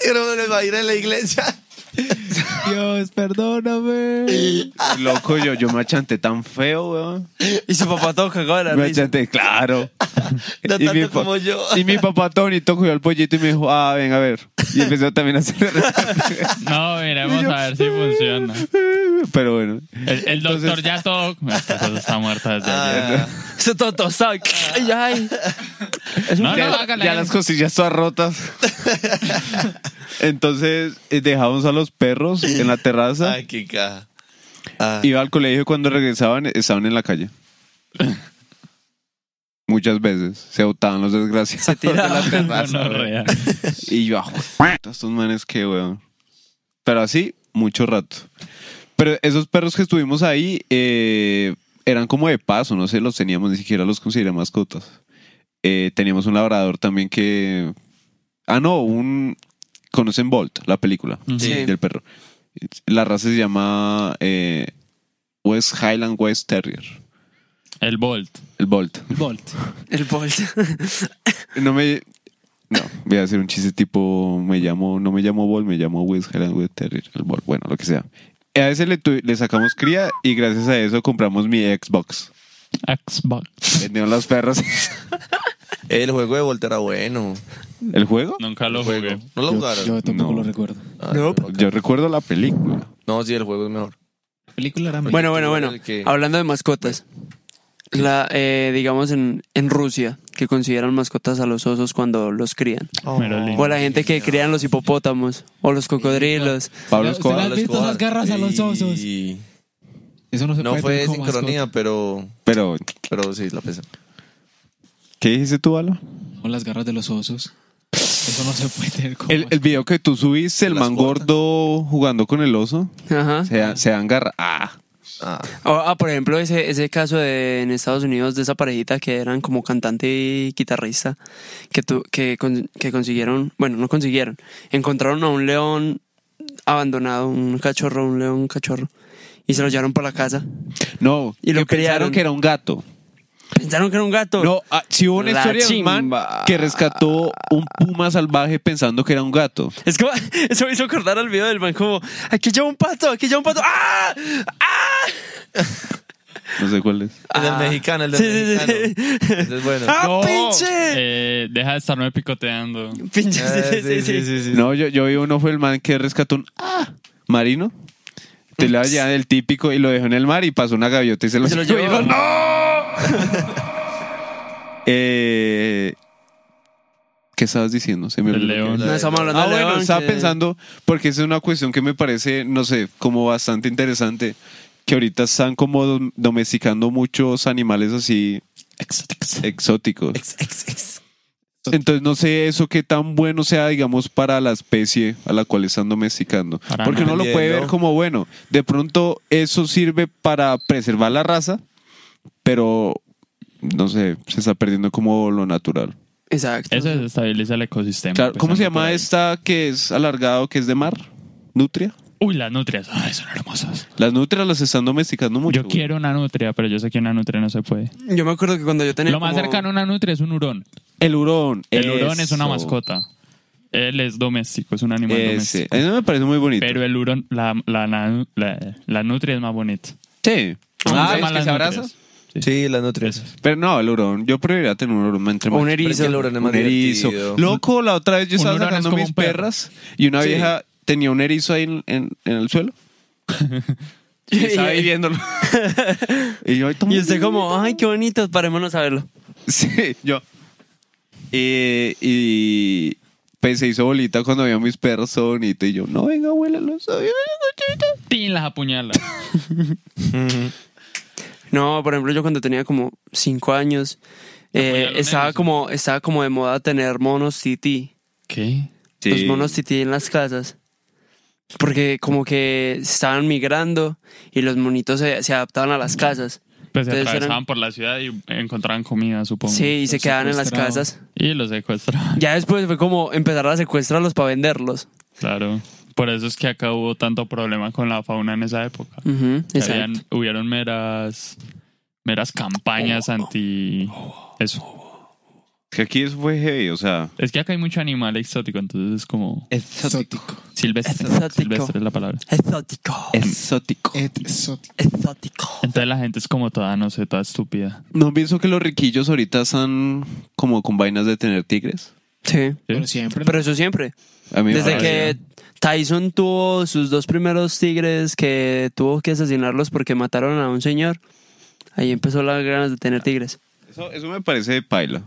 Y no les va a ir a la iglesia. Dios, perdóname. Loco, yo, yo me achanté tan feo, weón. Y su papá todo cagado de la Me risa. achanté, claro. No Y mi tanto pa- como yo. Y mi papá Tonito cogió el pollito y me dijo, ah, ven a ver. Y empezó también a hacer No, veremos a ver si funciona. Pero bueno. El, el doctor ya todo. Esta cosa está muerta desde ayer. Ah, Se todo tostado. Ay, ay. Es un No, ya, no, hágale. ya las cosillas todas rotas. Entonces eh, dejamos a los perros en la terraza. ay, qué caja. Ah, Iba al colegio y cuando regresaban estaban en la calle. Muchas veces se botaban los desgraciados de la terraza. No, no, güey. rea. y yo, ah, puta, estos manes que weón. Pero así, mucho rato. Pero esos perros que estuvimos ahí eh, eran como de paso, no sé, los teníamos, ni siquiera los consideré mascotas. Eh, teníamos un labrador también que. Ah, no, un. Conocen Bolt, la película eh, Sí. del perro. La raza se llama eh, West Highland West Terrier. El Bolt. El Bolt. Volt. El pollo. No me. No, voy a hacer un chiste tipo. Me llamo. No me llamo Bolt, me llamo West Highland West Terrier. El Bolt, bueno, lo que sea. A ese le, tu- le sacamos cría y gracias a eso compramos mi Xbox. Xbox. Vendieron las perras. el juego de Volta era bueno. ¿El juego? Nunca lo El jugué. juego. No lo Yo, jugaron. yo tampoco No. lo recuerdo. Ah, No. pero acá- Yo recuerdo la película. No, sí, el juego es mejor. La película era Bueno, bueno, bueno. El que- Hablando de mascotas. La, eh, digamos en, en Rusia, que consideran mascotas a los osos cuando los crían. Merolín. O a la gente que crían los hipopótamos o los cocodrilos. Pablo ¿Usted la- Escobar. ¿Has visto esas garras a los osos? Y- Eso no se No puede fue tener como sincronía, pero, Pero, pero sí, la pensé. ¿qué dijiste tú, Alba? mascota. Con las garras de los osos. Eso no se puede tener como. El, el video que tú subiste, el Las man botas. gordo jugando con el oso, Ajá. se, da- se dan garra. Ah, Ah, Ah, ah, por ejemplo, ese, ese caso de, en Estados Unidos de esa parejita que eran como cantante y guitarrista, que, tu- que, con- que consiguieron, bueno, no consiguieron, encontraron a un león abandonado, un cachorro, un león, un cachorro, y se lo llevaron para la casa. no. Y lo que pensaron criaron. que era un gato. Pensaron que era un gato. No, ah, sí hubo una La historia de un man chimba. que rescató un puma salvaje pensando que era un gato. Es que eso me hizo acordar al video del man como, aquí lleva un pato, aquí lleva un pato. ¡Ah! ¡Ah! No sé cuál es. el del Ah. mexicano, el del Sí, sí, sí. mexicano. Ese es bueno. ¡Ah, pinche! Eh, deja de estarme picoteando. Pinche, sí, Eh, sí, sí, No, yo, yo vi uno fue el man que rescató un ah, marino. Te lo llevan el típico y lo dejó en el mar y pasó una gaviota y se lo, Se lo llevó. llevó. Y dijo, ¡No! Eh, ¿Qué estabas diciendo? Se me El olvidó. león. No estamos hablando Ah, del bueno, león, estaba que- pensando, porque esa es una cuestión que me parece, no sé, como bastante interesante, que ahorita están como dom- domesticando muchos animales así exóticos. Entonces no sé eso qué tan bueno sea, digamos, para la especie a la cual están domesticando. Para Porque uno lo puede Entendiendo. ver como bueno. De pronto eso sirve para preservar la raza, pero no sé, se está perdiendo como lo natural. eh. Exacto. Eso desestabiliza el ecosistema. pues, Claro, ¿cómo se empezando por llama ahí. esta que es alargado, que es de mar? ¿Nutria? Uy, las nutrias. Ay, son hermosas. Las nutrias las están domesticando mucho. yo güey. quiero una nutria, pero yo sé que una nutria no se puede. Yo me acuerdo que cuando yo tenía Lo más como- cercano a una nutria es un hurón. El hurón. El hurón es una eso, mascota. Él es doméstico, es un animal Ese. doméstico. A mí me parece muy bonito. Pero el hurón, la, la, la, la- la nutria es más bonita. sí. ¿Cómo Ah, se ¿es llaman que las se nutrias? abraza? Sí, las nutrias. Pero no, el hurón. Yo preferiría tener un hurón entre O un más- erizo. Pero es que el hurón es más Un erizo. divertido. Loco, la otra vez yo Un estaba hurón es sacando como mis un perro. perras y una Sí. vieja tenía un erizo ahí en, en- en el suelo. y estaba ahí viéndolo. y yo ahí tomo- Y usted como, ay, qué bonito, parémonos a verlo. Sí, yo. Eh, y pues se hizo bolita cuando vio a mis perros todo bonito. Y yo, no, venga, abuélalos. ay, ay, ay, ay". ¡Tin! Las apuñala. No, por ejemplo, yo cuando tenía como cinco años, eh, Apoyar los estaba, negros. como, estaba como de moda tener monos tití. ¿Qué? Los Sí. monos tití en las casas. Porque como que estaban migrando y los monitos se, se adaptaban a las casas. Pues se Entonces eran- atravesaban por la ciudad y encontraban comida, supongo. Sí, y se Los quedaban en las secuestraban. casas. Y los secuestraban. Ya después fue como empezar a secuestrarlos para venderlos. Claro. Por eso es que acá hubo tanto problema con la fauna en esa época. Ujú, Que exacto. habían- hubieron meras, meras Oh. campañas anti... Eso. Que aquí eso fue heavy, o sea. Es que acá hay mucho animal exótico, entonces es como... Eh, Exótico. Silvestre. Exótico. Silvestre es la palabra. Exótico. Exótico. Exótico. Exótico. Entonces la gente es como toda, no sé, toda estúpida. ¿No pienso que los riquillos ahorita están como con vainas de tener tigres? Sí. Pero siempre. Pero eso siempre. A mí me Desde parece. que Tyson tuvo sus dos primeros tigres que tuvo que asesinarlos porque mataron a un señor, ahí empezó las ganas de tener tigres. Eso, eso me parece de paila.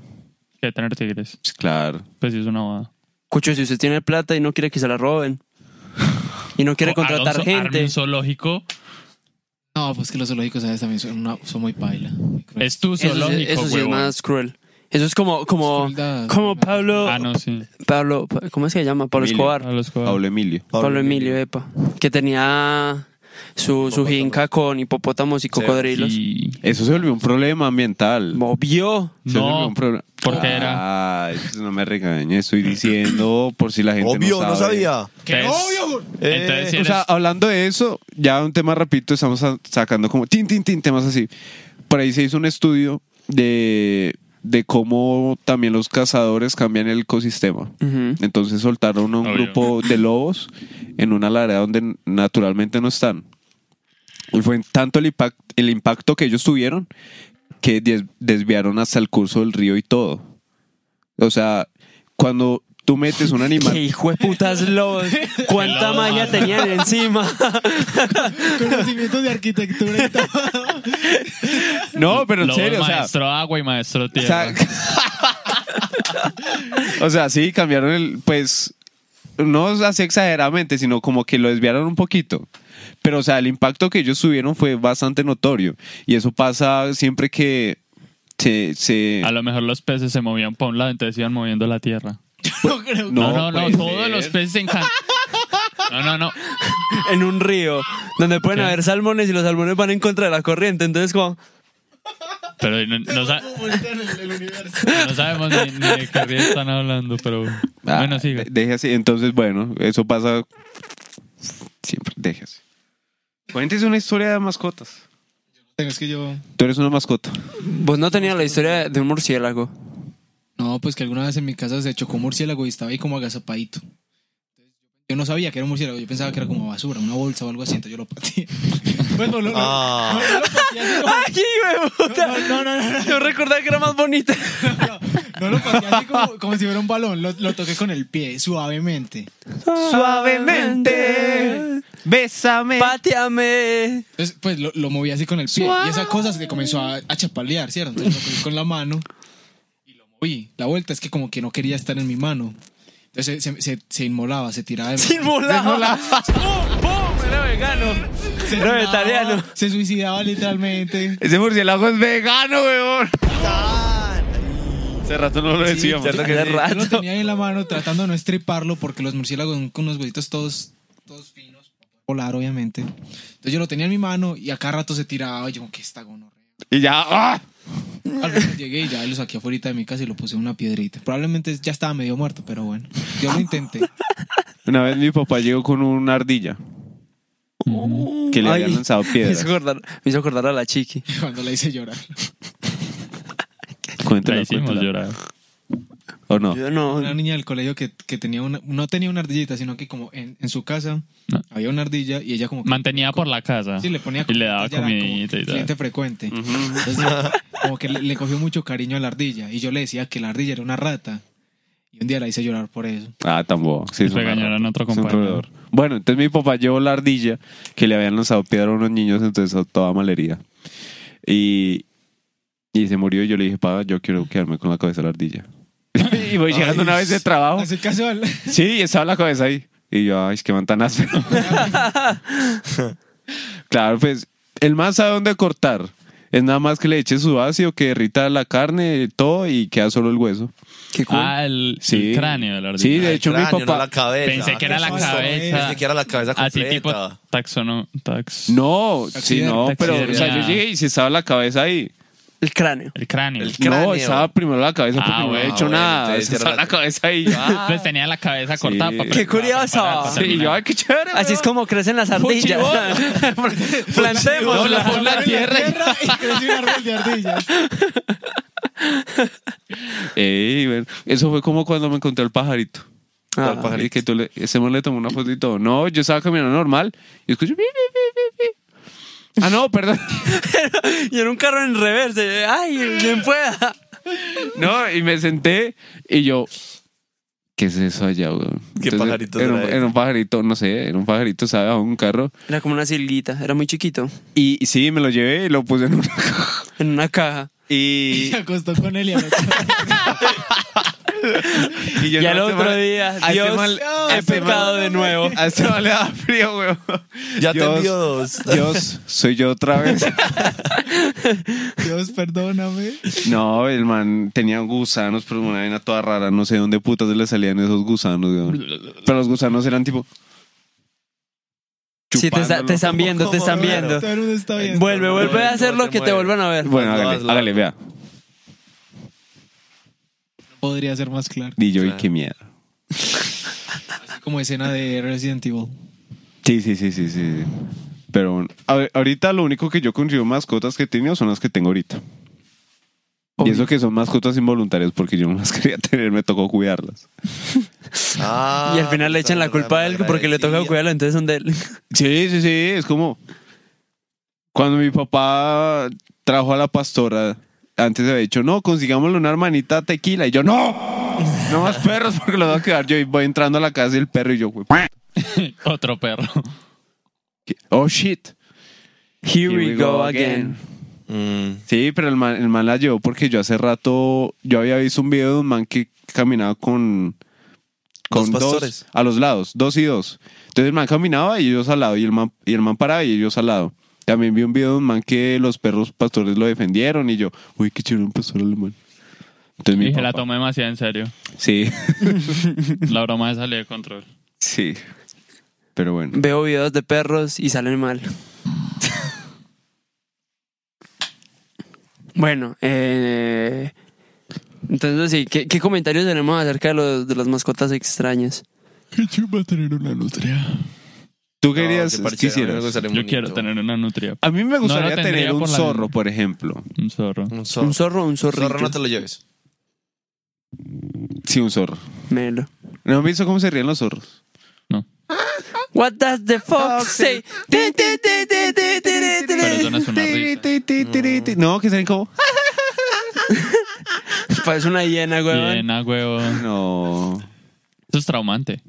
Que tener tigres. Pues, Claro. Pues sí es una boda. Cucho, si usted tiene plata y no quiere que se la roben y no quiere O haga un contratar zo- arme gente, un zoológico. No, pues que los zoológicos a veces también son, una- son muy paila. Muy cruel. Es tu eso, sí- zoológico, eso sí es huevón. más cruel. Eso es como, como, Crueldad, como crueldad. Pablo, Ah, no, sí. Pablo, ¿cómo es que se llama? Pablo Emilio. Escobar. A los Pablo Emilio. Pablo Emilio, epa, que tenía su, su jinca con hipopótamos y cocodrilos. Y- Eso se volvió un problema ambiental. Movió. Se volvió No, un problema. porque era. Ay, pues, no me regañes. Estoy diciendo por si la gente Obvio, no, no sabe. sabía. Entonces- Entonces, si Eh, O sea, eres- hablando de eso, ya un tema rapidito, estamos sa- sacando como tin, tin, tin, temas así. Por ahí se hizo un estudio de, de cómo también los cazadores cambian el ecosistema. Ujú. Entonces soltaron a un Obvio. grupo de lobos en una ladera donde naturalmente no están. Y fue tanto el, impact- el impacto que ellos tuvieron que des- desviaron hasta el curso del río y todo. O sea, cuando tú metes un ¡Qué animal... hijo de putas lobos! ¡Cuánta Lobo, magia mano. tenían encima! Conocimientos de arquitectura y todo. No, pero en Lobo es serio, o sea... maestro agua y maestro O sea, tierra. o sea, sí, cambiaron el, pues, no así exageradamente, sino como que lo desviaron un poquito. Pero, o sea, el impacto que ellos tuvieron fue bastante notorio. Y eso pasa siempre que se... se- a lo mejor los peces se movían para un lado, entonces iban moviendo la tierra. No creo. No, No, pues, no, no, puede todos ser. los peces en can- No, no, no. en un río donde pueden Ok. haber salmones y los salmones van en contra de la corriente. Entonces, como, Pero no, no sa- Voltean el, el universo. no sabemos ni, ni de qué río están hablando, pero bueno, Ah, sigue. de- Deje así. Entonces, bueno, eso pasa siempre. Deje así. Cuéntese una historia de mascotas. Es que yo. Tú eres una mascota. vos no tenías la historia de un murciélago. No, pues que alguna vez en mi casa se chocó un murciélago y estaba ahí como agazapadito. Yo no sabía que era un murciélago, yo pensaba que era como basura, una bolsa o algo así, entonces yo lo pateé. Bueno, no, no, Ah. no, no lo pateé así como- ¡Ay, hijo de puta! No, no, no, no, no. Yo recordaba que era más bonita. No lo pateé así como, como si fuera un balón, lo, lo toqué con el pie, suavemente. Suavemente. Bésame. Páteame. Entonces, pues lo, lo moví así con el pie y esa cosa se comenzó a, a chapalear, ¿cierto? Entonces lo cogí con la mano y lo moví. La vuelta es que como que no quería estar en mi mano. Entonces se, se- se inmolaba, se tiraba de mí. Sin volada. ¡Pum, pum! Era vegano. Se Era tiraba, vegetariano. Se suicidaba literalmente. Ese murciélago es vegano, weón. Hace rato no lo Sí, decíamos. yo- que yo sí. lo tenía ahí en la mano tratando de no estriparlo porque los murciélagos son con unos huesitos todos, todos finos para poder volar, obviamente. Entonces yo lo tenía en mi mano y a cada rato se tiraba. Y yo, ¿qué está gonorrea? Y ya. ¡ah! Al rato llegué y ya lo saqué afuera de mi casa y lo puse en una piedrita. Probablemente ya estaba medio muerto, pero bueno. Yo lo intenté. Una vez mi papá llegó con una ardilla que le Ay, habían lanzado Me piedras. hizo, acordar, me hizo acordar a la chiqui. Cuando la hice llorar. La Cuéntala, hicimos cuéntala. llorar. ¿O no? Yo no. Una niña del colegio que, que tenía una, no tenía una ardillita, sino que como en, en su casa No. había una ardilla y ella como que Mantenía por la casa. Sí, le ponía Ah. Y le daba ya era como comidita y cliente tal. frecuente. Entonces, como que le, le cogió mucho cariño a la ardilla. Y yo le decía que la ardilla era una rata. Y un día la hice llorar por eso. Ah, tampoco. Sí, es un Regañaron raro. a otro Es un compañero. roedor. Bueno, entonces mi papá llevó la ardilla que le habían lanzado piedra a unos niños, entonces a toda malherida. Y, y se murió y yo le dije, papá, yo quiero quedarme con la cabeza de la ardilla. y voy llegando una vez de Oh. trabajo. Así casual. Sí, y estaba la cabeza ahí. Y yo, ay, es que man tan áspero. claro, pues, el más sabe dónde cortar. Es nada más que le eche su ácido, que derrita la carne, todo, y queda solo el hueso. Qué cool. Ah, el, Sí. el cráneo de la ardilla. Sí, de El hecho, cráneo, mi no papá... la cabeza. Pensé que era la Eso es. cabeza. Pensé que era la cabeza Así Ah, tipo completa. taxono, tax, No, sí, Taxidermia. no, pero o sea, Taxidermia. yo llegué y si estaba la cabeza ahí. El cráneo. el cráneo. El- Cráneo. No, estaba primero la cabeza Ah, porque no bueno. había hecho Ah, bueno, nada. entonces Estaba era la la- cabeza ahí. yo, ah, Entonces Pues tenía la cabeza cortada. para- Qué para- curioso. para- para sí, y yo, terminar. ay, qué chévere. Así es weón. como crecen las ardillas. No, la Plantémosla. pon la tierra. y- y crecí un árbol de ardillas. Ey, bueno, eso fue como cuando me encontré al pajarito. Ah. Al pajarito. Y que tú le, ese man le tomó una foto y todo. No, yo estaba caminando normal y escucho. "Pi, pi, pi, pi, pi". Ah, no, perdón. y en un carro en reversa. Ay, quien pueda. No, y me senté y yo. ¿Qué es eso allá, weón? ¿Qué Entonces, pajarito era será un, ese? era un pajarito, no sé, era un pajarito, ¿sabes? Un carro. Era como una silguita. Era muy chiquito. Y y sí, me lo llevé y lo puse en una caja. En una caja. Y Y, se acostó con él y abrazó. y yo Y al no, a ese otro man- día, a ese Dios man- ha a ese man- pecado de nuevo. A este man le da frío, weón. Ya te Dios, envío dos. Dios, soy yo otra vez. Dios, perdóname. No, el man tenía gusanos, pero una vaina toda rara. No sé dónde putas le salían esos gusanos, weón. Pero los gusanos eran tipo. Sí, te, está- te están chupándolo. viendo, te están ¿Cómo? viendo. Todo el mundo está viendo. Vuelve, vuelve a hacer lo que te vuelvan a ver. Bueno, Hazlo, hágale, hazlo. hágale, vea. Podría ser más claro. Y yo, y qué miedo. Así como escena de Resident Evil. Sí, sí, sí, sí, sí. sí. Pero bueno, a- ahorita lo único que yo consigo mascotas que he tenido son las que tengo ahorita. Y eso que son mascotas involuntarias porque yo no las quería tener, me tocó cuidarlas. Ah, Y al final le echan la culpa a él porque le toca cuidarlo, entonces son de él. Sí, sí, sí, es como cuando mi papá trajo a la pastora, antes había dicho, no, consigámosle una hermanita tequila. Y yo, no, no más perros porque los voy a quedar yo. Y voy entrando a la casa y el perro y yo, "Güey, Otro perro. ¿qué? oh shit. Here we go again. Mm. Sí, pero el man, el man la llevó porque yo hace rato, yo había visto un video de un man que caminaba con, con Dos dos, pastores. a los lados, dos y dos. Entonces el man caminaba y ellos al lado, y el man, y el man paraba y ellos al lado. También vi un video de un man que los perros pastores lo defendieron y yo, uy, qué chévere un pastor alemán. Entonces, mi Y se la papá- tomé demasiado en serio. Sí, La broma de salir de control. sí. Pero bueno. Veo videos de perros y salen mal. bueno, eh, entonces sí, ¿qué, qué comentarios tenemos acerca de, los- de las mascotas extrañas? Qué chimba tener una nutria. ¿Tú No, querías, qué parche, a mí me quisieras? gustaría Yo mucho quiero tener una nutria. A mí me No, gustaría lo tendría tener un por la- zorro, por ejemplo. Un zorro. Un zorro. ¿Un zorro o un zorrito? Zorro no te lo lleves. Sí, un zorro. Melo. ¿No han visto cómo se ríen los zorros? What does the fox say? Tin, tin, tin, tin, tin, tin, tin. Pero eso no es una risa. No, que salen como... "Ah". Parece una hiena, güey. Bien, ah, huevo. No. Eso es traumante.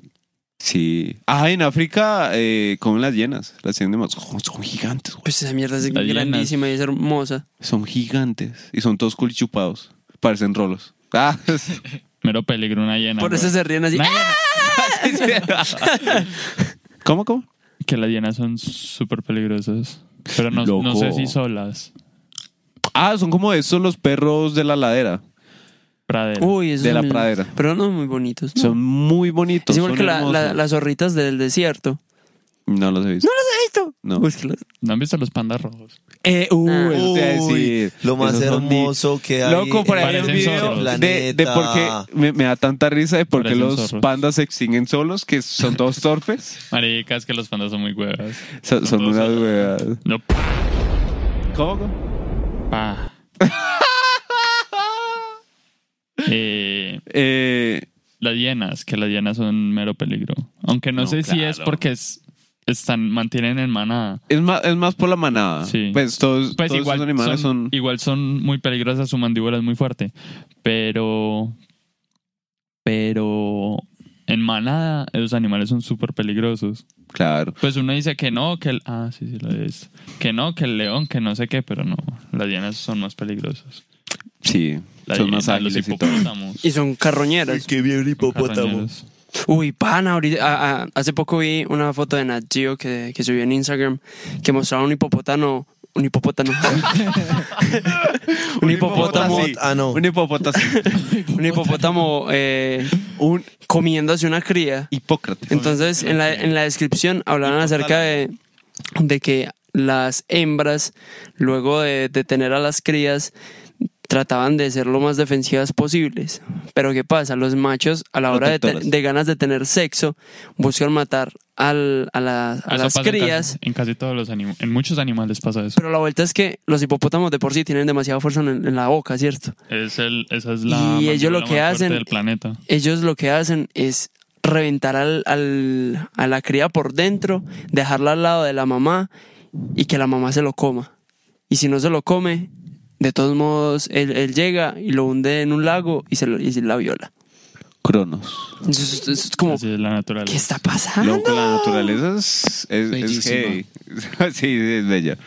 Sí. Ah, en África eh, comen las hienas. Las hienas de más. Oh, son gigantes, güey. Pues esa mierda es Las hienas. grandísima y es hermosa. Son gigantes. Y son todos culichupados. Parecen rolos. Ah, Mero peligro una hiena. Por eso huevo. se ríen así. Una hiena- ¡Ah! ¿Cómo, cómo? Que las hienas son súper peligrosas. Pero no, no sé Loco. si solas. Ah, son como esos los perros de la ladera. Pradera. Uy, esos De son la mis- pradera. Pero no muy bonitos. ¿no? Son muy bonitos. Es igual son que la- la- hermosos. las zorritas del desierto. No los he visto. ¿Esto? No. Búsquelas. ¿No han visto los pandas rojos? Eh, uh, Ah. eso te iba a decir. Lo más Esos son hermoso que hay. Loco, por ahí hay en un Parecen video zorros. de, de por qué planeta. me, me da tanta risa de por qué Parecen los zorros. pandas se extinguen solos, que son todos torpes. Maricas, que los pandas son muy huevas. Son, son todos unas solos. weas. No, ¿Cómo? pa. Eh, Eh, las hienas, que las hienas son mero peligro. Aunque no, No, sé si es claro. porque es- están, mantienen en manada. es, más, es más por la manada. Sí. Pues todos, Pues todos igual esos animales son, son... igual son muy peligrosas, su mandíbula es muy fuerte. Pero. Pero. En manada, esos animales son súper peligrosos. Claro. Pues uno dice que no, que el. Ah, sí, sí, lo es. Que no, que el león, que no sé qué, pero no. Las hienas son más peligrosas. Sí. Las son más hienas, ágiles y Los todo. hipopótamos. Y son carroñeras. Qué bien hipopótamo. carroñeros. Uy, pana, ahorita, a- a- hace poco vi una foto de Nat Geo que, que subió en Instagram que mostraba un hipopótamo. Un hipopótamo. un hipopótamo. hipopótamo, sí. Ah, no. Un hipopótamo. Un hipopótamo eh, un comiéndose una cría. Hipócrates. Entonces, en la, en la descripción hablaban acerca de, de que las hembras, luego de, de tener a las crías, trataban de ser lo más defensivas posibles. Pero ¿qué pasa? Los machos, a la hora de, te- Protectoras. de ganas de tener sexo, buscan matar al- a, la- a Eso las pasa en crías. casi- En casi, todos los animales. En muchos animales pasa eso. Pero la vuelta es que los hipopótamos de por sí tienen demasiada fuerza en, en la boca, ¿cierto? Es el, esa es la. Y ellos mandíbula lo más que fuerte hacen- Del planeta. Ellos lo que hacen es reventar al, al- a la cría por dentro, dejarla al lado de la mamá y que la mamá se lo coma. Y si no se lo come, de todos modos, él, él llega y lo hunde en un lago y, se lo- y la viola. Cronos. Entonces, es- es como, Así es la naturaleza. ¿qué está pasando? Loco, la naturaleza es... es, es Bellísima. heavy. sí, es bella.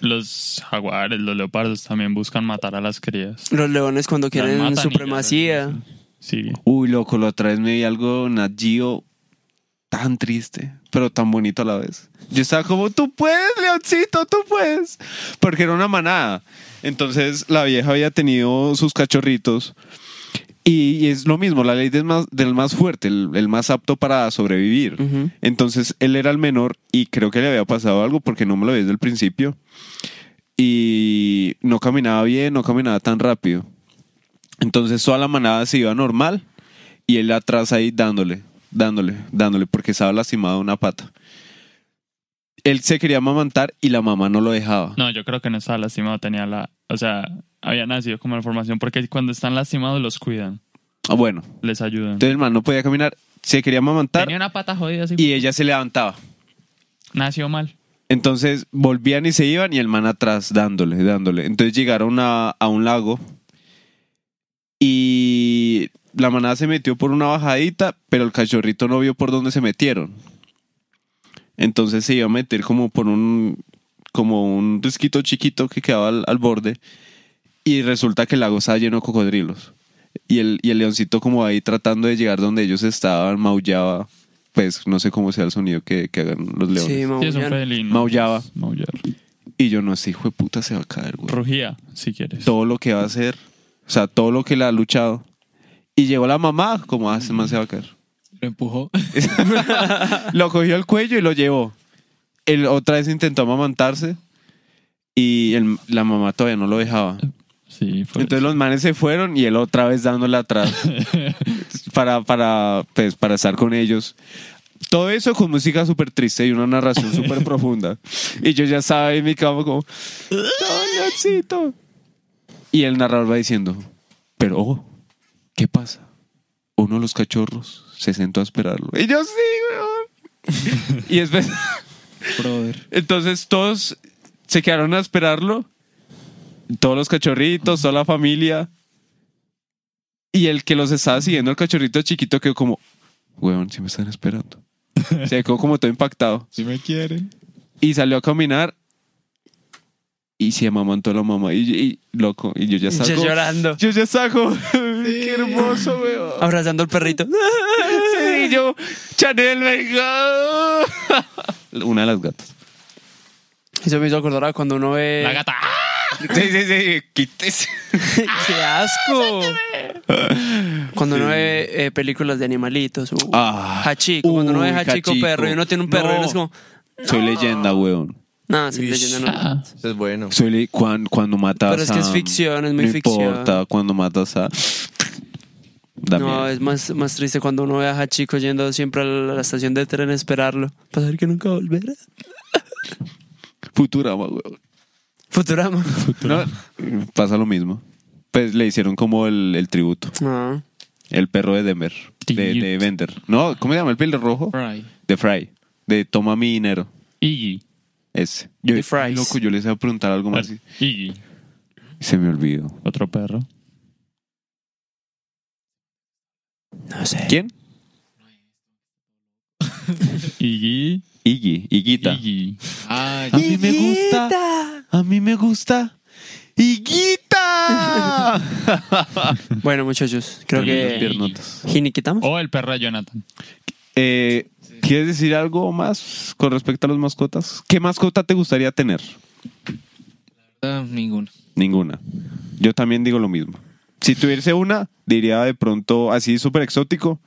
Los jaguares, los leopardos también buscan matar a las crías. Los leones cuando Las matan y ya quieren las- supremacía. Sigue. Uy, loco, lo otra vez me vi algo Nat Geo tan triste, pero tan bonito a la vez. Yo estaba como, tú puedes, Leoncito, tú puedes. Porque era una manada. Entonces la vieja había tenido sus cachorritos. Y, y es lo mismo, la ley del más, del más fuerte, el, el más apto para sobrevivir. Ujú. Entonces él era el menor y creo que le había pasado algo porque no me lo vi desde el principio. Y no caminaba bien, no caminaba tan rápido. Entonces toda la manada se iba normal y él atrás ahí dándole, dándole, dándole porque estaba lastimado una pata. Él se quería amamantar y la mamá no lo dejaba. No, yo creo que no estaba lastimado. Tenía la. O sea, había nacido como la formación. Porque cuando están lastimados, los cuidan. Ah, bueno, Les ayudan. entonces el man no podía caminar, se quería amamantar Tenía una pata jodida así. y ella se levantaba. Nació mal. Entonces volvían y se iban y el man atrás dándole, dándole. Entonces llegaron a, a un lago y la manada se metió por una bajadita, pero el cachorrito no vio por dónde se metieron. Entonces se iba a meter como por un como un risquito chiquito que quedaba al, al borde y resulta que el lago estaba lleno de cocodrilos. Y el, y el leoncito como ahí tratando de llegar donde ellos estaban, maullaba, pues no sé cómo sea el sonido que, que hagan los leones. Sí, Sí, es un maullan. felino. Pues, Maullaba. Maullar. Y yo no sé, hijo de puta se va a caer, güey. Rugía, si quieres. Todo lo que va a hacer. O sea, todo lo que le ha luchado. Y llegó la mamá, como, ah, este man se va a caer. Lo empujó. lo cogió el cuello y lo llevó. Él otra vez intentó amamantarse y el- la mamá todavía no lo dejaba. Sí, fue. Entonces los manes se fueron y él otra vez dándole atrás para, para, pues, para estar con ellos. Todo eso con música súper triste y una narración súper profunda. Y yo ya estaba en mi cama como, ¡No, Leoncito". Y el narrador va diciendo, pero ojo, ¿qué pasa? Uno de los cachorros se sentó a esperarlo. Y yo sí, weón. y después... Brother. Entonces todos se quedaron a esperarlo. Todos los cachorritos, toda la familia. Y el que los estaba siguiendo, el cachorrito chiquito, quedó como, weón, si me están esperando. Se quedó como todo impactado. Si me quieren. Y salió a caminar. Y se amamantó la mamá. Y, y- loco, y yo ya Ya saco. llorando. Yo ya saco. Qué hermoso, weón. Abrazando al perrito. Sí, yo, Chanel, venga. Una de las gatas. Eso me hizo acordar a cuando uno ve. La gata. Sí, sí, sí, quítese. ¡Qué asco! Cuando uno ve eh, películas de animalitos. Uh, Ah. Hachiko. Cuando uno ve Uy, Hachiko, Hachiko. perro y uno tiene un perro y uno es No. como. Soy leyenda, weón. No, sí, Uy, leyenda no. Ah. Eso es bueno. Soy le- cuan- cuando mata Pero a es que es Sam, ficción, es muy no ficción. importa, cuando matas a... Da no, miedo. es más, más triste cuando uno ve a Hachiko yendo siempre a la, la estación de tren a esperarlo. Para saber que nunca volverá. Futurama, weón. Futurama. No, pasa lo mismo. Pues le hicieron como el, el tributo. No. El perro de Demer. De, de Tributo. Bender. No, ¿cómo se llama el pelo rojo? Fry. De Fry. De Toma mi dinero. Iggy. Ese. Yo, De Fries. Loco, yo les iba a preguntar algo más y Iggy. se me olvidó. Otro perro. No sé. ¿Quién? Iggy. Iggy. Iguita. Iggy. Ah, A mí me gusta. A mí me gusta. ¡Higuita! Bueno, muchachos, creo que. Hiniquitamos. Oh, O el perro de Jonathan. Eh, ¿Quieres decir algo más con respecto a las mascotas? ¿Qué mascota te gustaría tener? ah, ninguno. Ninguna. Yo también digo lo mismo. Si tuviese una, diría de pronto así súper exótico,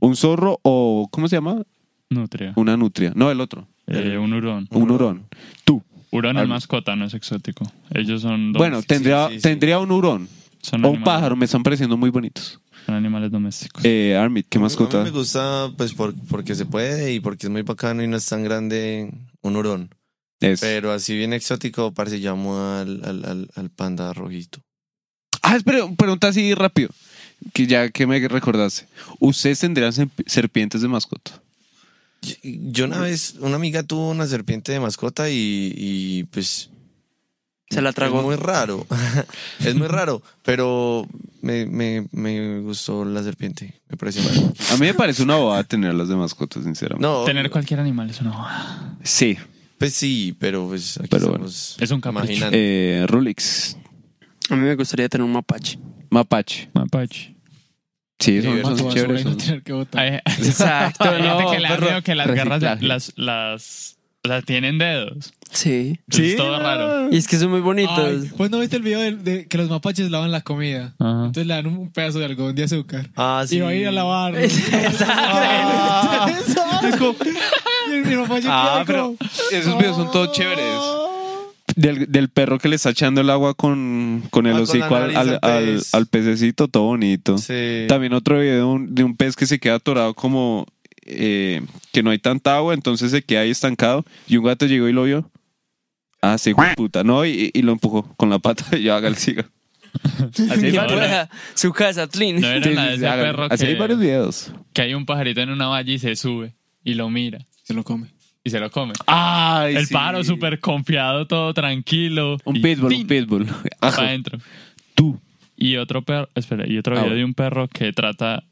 un zorro o, ¿cómo se llama? Nutria. Una nutria. No, el otro. Eh, un hurón. Un hurón. Tú. Hurón es Al- mascota, no es exótico. Ellos son. domes- Bueno, tendría, sí, sí. tendría un hurón son o un animales- pájaro. Me están pareciendo muy bonitos. Son animales domésticos. Eh, Armit, ¿qué A mascota? mí me gusta, pues, por- porque se puede y porque es muy bacano y no es tan grande un hurón. Es. Pero así bien exótico, parce, llamo al, al, al, al panda rojito. Ah, espera, pregunta así rápido. Que ya que me recordaste. ¿Ustedes tendrían serp- serpientes de mascota? Yo, yo una vez, una amiga tuvo una serpiente de mascota y, y, pues... Se la tragó. Es muy raro. es muy raro, pero me, me, me gustó la serpiente. Me pareció raro. A mí me parece una bobada tenerlas de mascota, sinceramente. No, Tener cualquier animal es una bobada. Sí. pues sí, pero pues aquí Pero bueno. estamos Es un capricho. imaginando. Eh, Rulix. A mí me gustaría tener un mapache. Mapache. Mapache. Sí, son, son Diverso. Mato basura chéveres. y no son- tener que votar. Hay, Exacto, hay gente no, que le da perro. miedo que las garras de- Ah, Reciclaje. las, las, las tienen dedos. Sí. Sí. Es todo raro. Y es que son muy bonitos. Ay, pues no viste el video del- de, que los mapaches lavan la comida. Ajá. Entonces le dan un pedazo de algodón de azúcar. Ah, Y va a ir a lavar. Y el- y el mapache Ah, queda pero como- esos videos son todos chéveres. Del, del perro que le está echando el agua con, con el Ah, con hocico la al, nariz al, al al- pez. al pececito, todo bonito. Sí. También otro video de un, de un pez que se queda atorado como eh, que no hay tanta agua, entonces se queda ahí estancado y un gato llegó y lo vio. Ah, sí, hijo de puta. No, y, y lo empujó con la pata y yo haga el siga. Así hay Qué varios, pura, su casa, Tlin. No era sí, la sí, sí, de ese hágale. perro Así hay varios que, videos. que hay un pajarito en una valla y se sube y lo mira Se lo come. y se lo come. Ay, el sí. pájaro súper confiado, todo tranquilo. Un y pitbull, un ¡tin! pitbull. Para Ajá. adentro. Tú. Y otro perro, espera, y otro Ah, video bueno. de un perro que trata.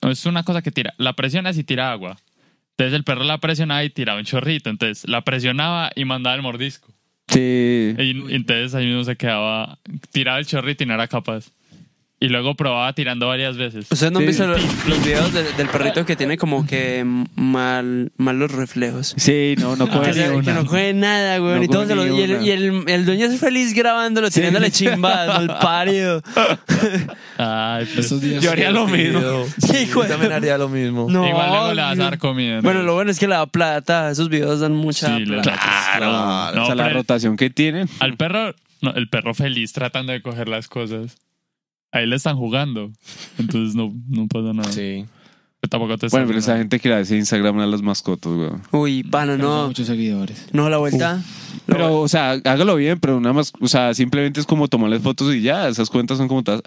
Es una cosa que tira. La presiona y tira agua. Entonces el perro la presionaba y tiraba un chorrito. Entonces la presionaba y mandaba el mordisco. Sí. Y, y entonces ahí mismo se quedaba. Tiraba el chorrito y no era capaz. y luego probaba tirando varias veces. Ustedes no han Sí. visto lo- los, videos del- del perrito que tiene como que mal, malos reflejos. Sí, no, no Que, coge se- ni que una. no juegue nada, güey. No y, todos se come lo- ni y el, una. y el- el dueño es feliz grabándolo, tirándole chimbadas, mal parido. Ay, pues, Esos días. Yo haría lo mismo. Sí, yo güey. también haría lo mismo. No, Igual luego le vas a dar comida. Bueno, lo bueno es que la plata, esos videos dan mucha Sí, la plata. Claro. No, o sea, la pero- Pues rotación que tienen. Al perro, no, el perro feliz tratando de coger las cosas. Ahí le están jugando. Entonces no, no pasa nada. Sí. Pero Tampoco te Bueno, están pero esa jugando. gente que le hace Instagram a las mascotas, güey. Uy, pana, No. no. Muchos seguidores. No, la vuelta. la Pero, vuelta. o sea, hágalo bien, pero una más, o sea, simplemente es como tomarles fotos y ya, esas cuentas son como tas-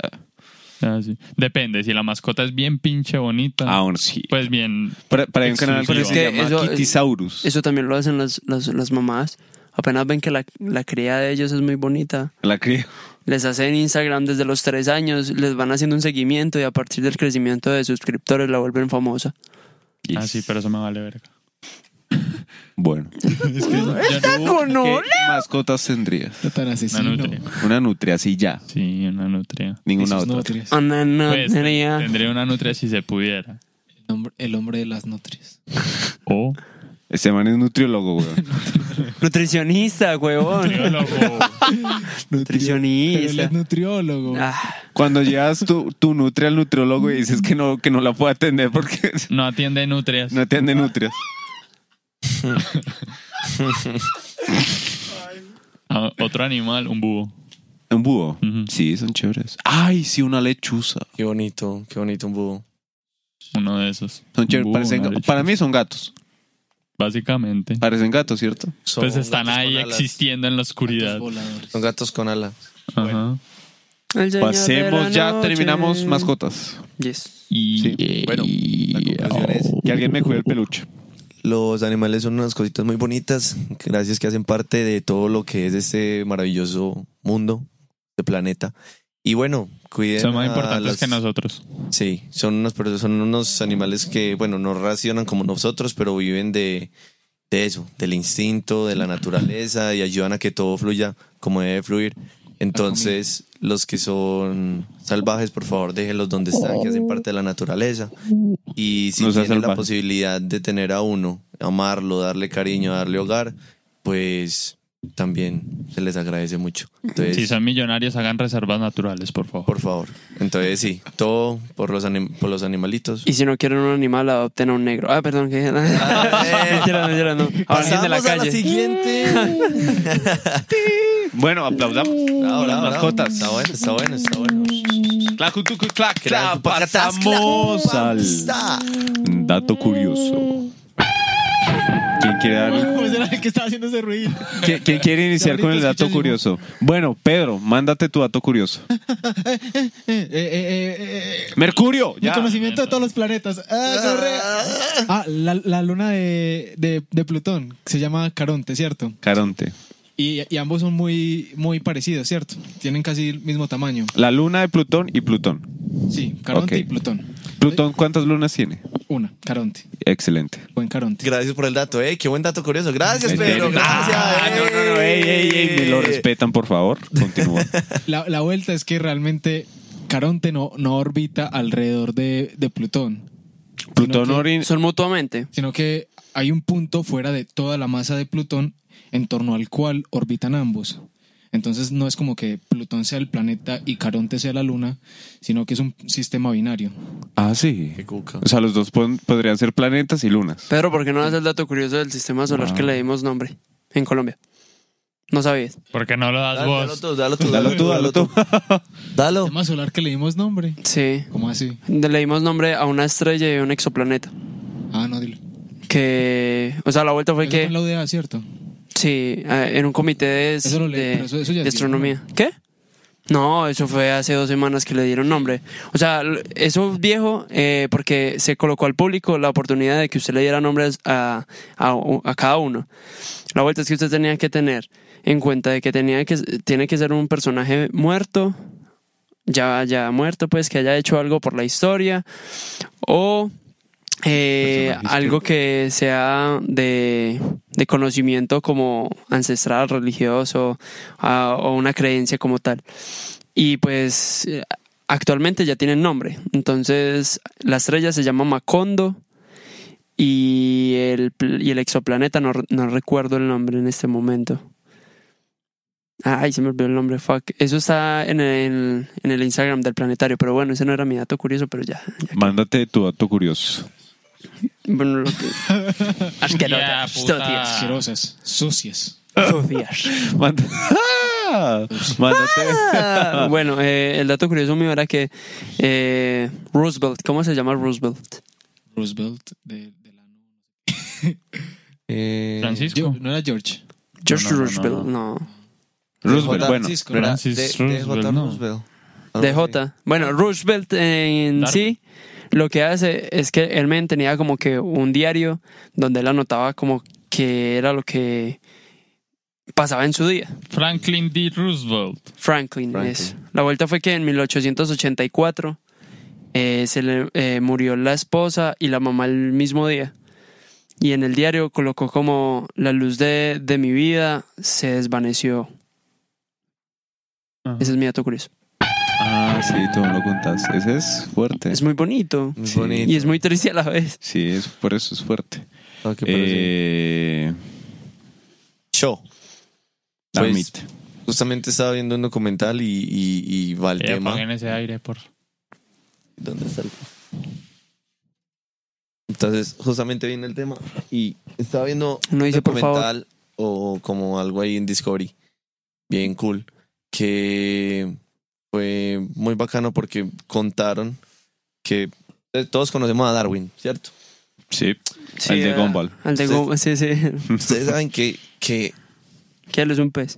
Ah, sí. Depende, si la mascota es bien pinche bonita, Ah, bueno, sí. pues bien. Para, para un canal Pero que es se que llama eso es- Kittysaurus. Eso también lo hacen las, las, las mamás. Apenas ven que la, la cría de ellos es muy bonita. La cría. Les hacen Instagram desde los tres años, les van haciendo un seguimiento y a partir del crecimiento de suscriptores la vuelven famosa. Yes. Ah, sí, pero eso me vale verga. Bueno. Es que yo- yo- ¿Qué mascotas tendrías? No tan asesino. una nutria. Una nutria, sí, ya. Sí, una nutria. Ninguna Esos otra. nutrias. Ana, no, Pues, tenía- tendría una nutria si se pudiera. El hombre, el hombre de las nutrias. O. Este man es nutriólogo, güey. Nutricionista, huevón. biólogo. Pero él Nutricionista. es nutriólogo. Ah, Cuando llevas tu, tu nutria al nutriólogo y dices que no, que no la puede atender porque No atiende nutrias. no atiende nutrias. Ah, otro animal, un búho. ¿Un búho? Ujú. Sí, son chéveres. Ay, sí, una lechuza. Qué bonito, qué bonito un búho. Uno de esos. Son chéveres. Un búho, parecen- una lechuza. para mí son gatos. Básicamente. Parecen gatos, ¿cierto? Son Pues están gatos ahí con alas. existiendo en la oscuridad. Los voladores. Son gatos con ala. Ajá. el señor de la Pasemos, ya noche. terminamos mascotas. Yes. Y eh, oh. Sí. Bueno, la conclusión es Que alguien me cuide el peluche. Los animales son unas cositas muy bonitas. Gracias que hacen parte de todo lo que es este maravilloso mundo, este planeta. Y bueno, cuiden. son más a importantes las- que nosotros. Sí, son unos, pero son unos animales que, bueno, no racionan como nosotros, pero viven de, de eso, del instinto, de la naturaleza y ayudan a que todo fluya como debe fluir. Entonces, los que son salvajes, por favor, déjenlos donde están, que hacen parte de la naturaleza. Y si No seas tienen la salvaje. posibilidad de tener a uno, amarlo, darle cariño, darle hogar, pues también se les agradece mucho. Entonces, pues Si son millonarios, hagan reservas naturales, por favor. por favor. Entonces, sí, todo por los, anim- por los animalitos. Y si no quieren un animal, adopten a un negro. Ah, perdón, que. Ah, mentira, mentira, no. Ahora Pasamos a de la eh. la calle. siguiente. Bueno, aplaudamos. Ahora, Las mascotas. Está bueno, está bueno, está bueno. Clac, tuc, tuc, clac, clac. Pacatas, Pasamos clac, al pasta. dato curioso. ¿Quién quiere dar- ¿Cómo será el que estaba haciendo ese ruido? ¿Quién, quién quiere iniciar con el Ah, dato curioso? Bueno, Pedro, mándate tu dato curioso. Eh, eh, eh, eh, eh. Mercurio, Mi ya. conocimiento de todos los planetas. Ah, corre. Ah, la, la luna de, de- de Plutón se llama Caronte, ¿cierto? Caronte. Y, y ambos son muy, muy parecidos, ¿cierto? Tienen casi el mismo tamaño. La luna de Plutón y Plutón. Sí, Caronte Ok. y Plutón. Plutón, ¿cuántas lunas tiene? Una, Caronte. Excelente. Buen Caronte. Gracias por el dato, eh. Qué buen dato curioso. Gracias, Pedro. Gracias. eh. Ah, no, no, no, ey, ey, ey, me lo respetan, por favor. Continúa. La, la vuelta es que realmente Caronte no, no orbita alrededor de, de Plutón, Plutón que- Orin. Son mutuamente. sino que hay un punto fuera de toda la masa de Plutón en torno al cual orbitan ambos. Entonces no es como que Plutón sea el planeta y Caronte sea la luna, sino que es un sistema binario. Ah, sí. Qué cuca. O sea, los dos pon- podrían ser planetas y lunas. Pedro, ¿por qué no das el dato curioso del sistema solar que le dimos nombre en Colombia? No sabías. Porque no lo das Dale, Dalo vos. tú, dalo tú, Dalo tú, dalo tú. Dalo. Sistema solar que le dimos nombre. Sí. ¿Cómo así? Le dimos nombre a una estrella y a un exoplaneta. Ah, no, dilo. Que. O sea, la vuelta fue Eso fue que. en la UDA, ¿cierto? Sí, eh, en un comité de, Eso lo leí, de- pero eso- eso ya de es astronomía. ¿Qué? No, eso fue hace dos semanas que le dieron nombre. O sea, l- eso es viejo eh, porque se colocó al público la oportunidad de que usted le diera nombres a, a, a cada uno. La vuelta es que usted tenía que tener en cuenta de que, tenía que tiene que ser un personaje muerto, ya, ya muerto, pues que haya hecho algo por la historia, o eh, algo que sea de, de conocimiento como ancestral, religioso, ah, o una creencia como tal. Y pues eh, actualmente ya tienen nombre. Entonces, la estrella se llama Macondo y el, pl- y el exoplaneta, no, re- no recuerdo el nombre en este momento. Ay, se me olvidó el nombre, fuck. Eso está en el, en el Instagram del planetario, pero bueno, ese no era mi dato curioso, pero ya. ya. Mándate tu dato curioso. Bueno, lo que... Ah. Asquerosa, Ya, puta. sucias, Asquerosas, sucias. sucias. Manda- Mándate. Ah, bueno, eh, el dato curioso mío era que eh, Roosevelt, ¿cómo se llama Roosevelt? Roosevelt de, de la... Eh, Francisco. Yo, no era George. George no, no, Roosevelt, no, no. Roosevelt, bueno. Francisco, era Francis D- DJ Roosevelt, no. Roosevelt. Ah, DJ. Ah. Bueno, Roosevelt eh, en Claro. sí lo que hace es que él men tenía como que un diario donde él anotaba como que era lo que pasaba en su día. Franklin D. Roosevelt. Franklin, Franklin. es. La vuelta fue que en 1884 eh, se le eh, murió la esposa y la mamá el mismo día. Y en el diario colocó como la luz de, de mi vida se desvaneció. Ajá. Ese es mi dato curioso. Ah, sí, tú me lo contaste. Ese es fuerte. Es muy bonito Muy Sí. bonito. y es muy triste a la vez. Sí, es, por eso es fuerte. Ok, pero sí. Eh, Show. Pues, Amit. Justamente estaba viendo un documental y, y, y va el Eh, tema. apaguen ese aire, por ¿Dónde está el- Entonces, justamente viene el tema y estaba viendo No dice, por favor. documental o como algo ahí en Discovery, bien cool, que fue muy bacano porque contaron que eh, todos conocemos a Darwin, ¿cierto? Sí. Sí, el de eh, Gumball. Al de Sí. Gumball, sí, sí. Ustedes saben que, que Que él es un pez.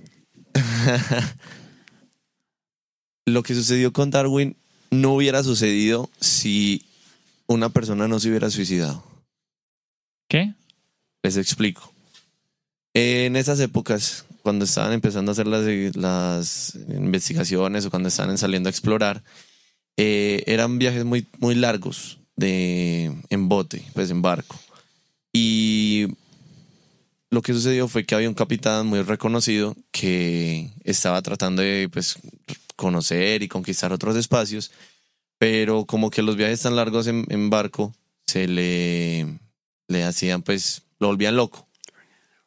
lo que sucedió con Darwin no hubiera sucedido si una persona no se hubiera suicidado. ¿Qué? Les explico. En esas épocas, cuando estaban empezando a hacer las, las investigaciones o cuando estaban saliendo a explorar, eh, eran viajes muy, muy largos de, en bote, pues en barco. Y lo que sucedió fue que había un capitán muy reconocido que estaba tratando de pues, conocer y conquistar otros espacios, pero como que los viajes tan largos en, en barco se le, le hacían, pues lo volvían loco.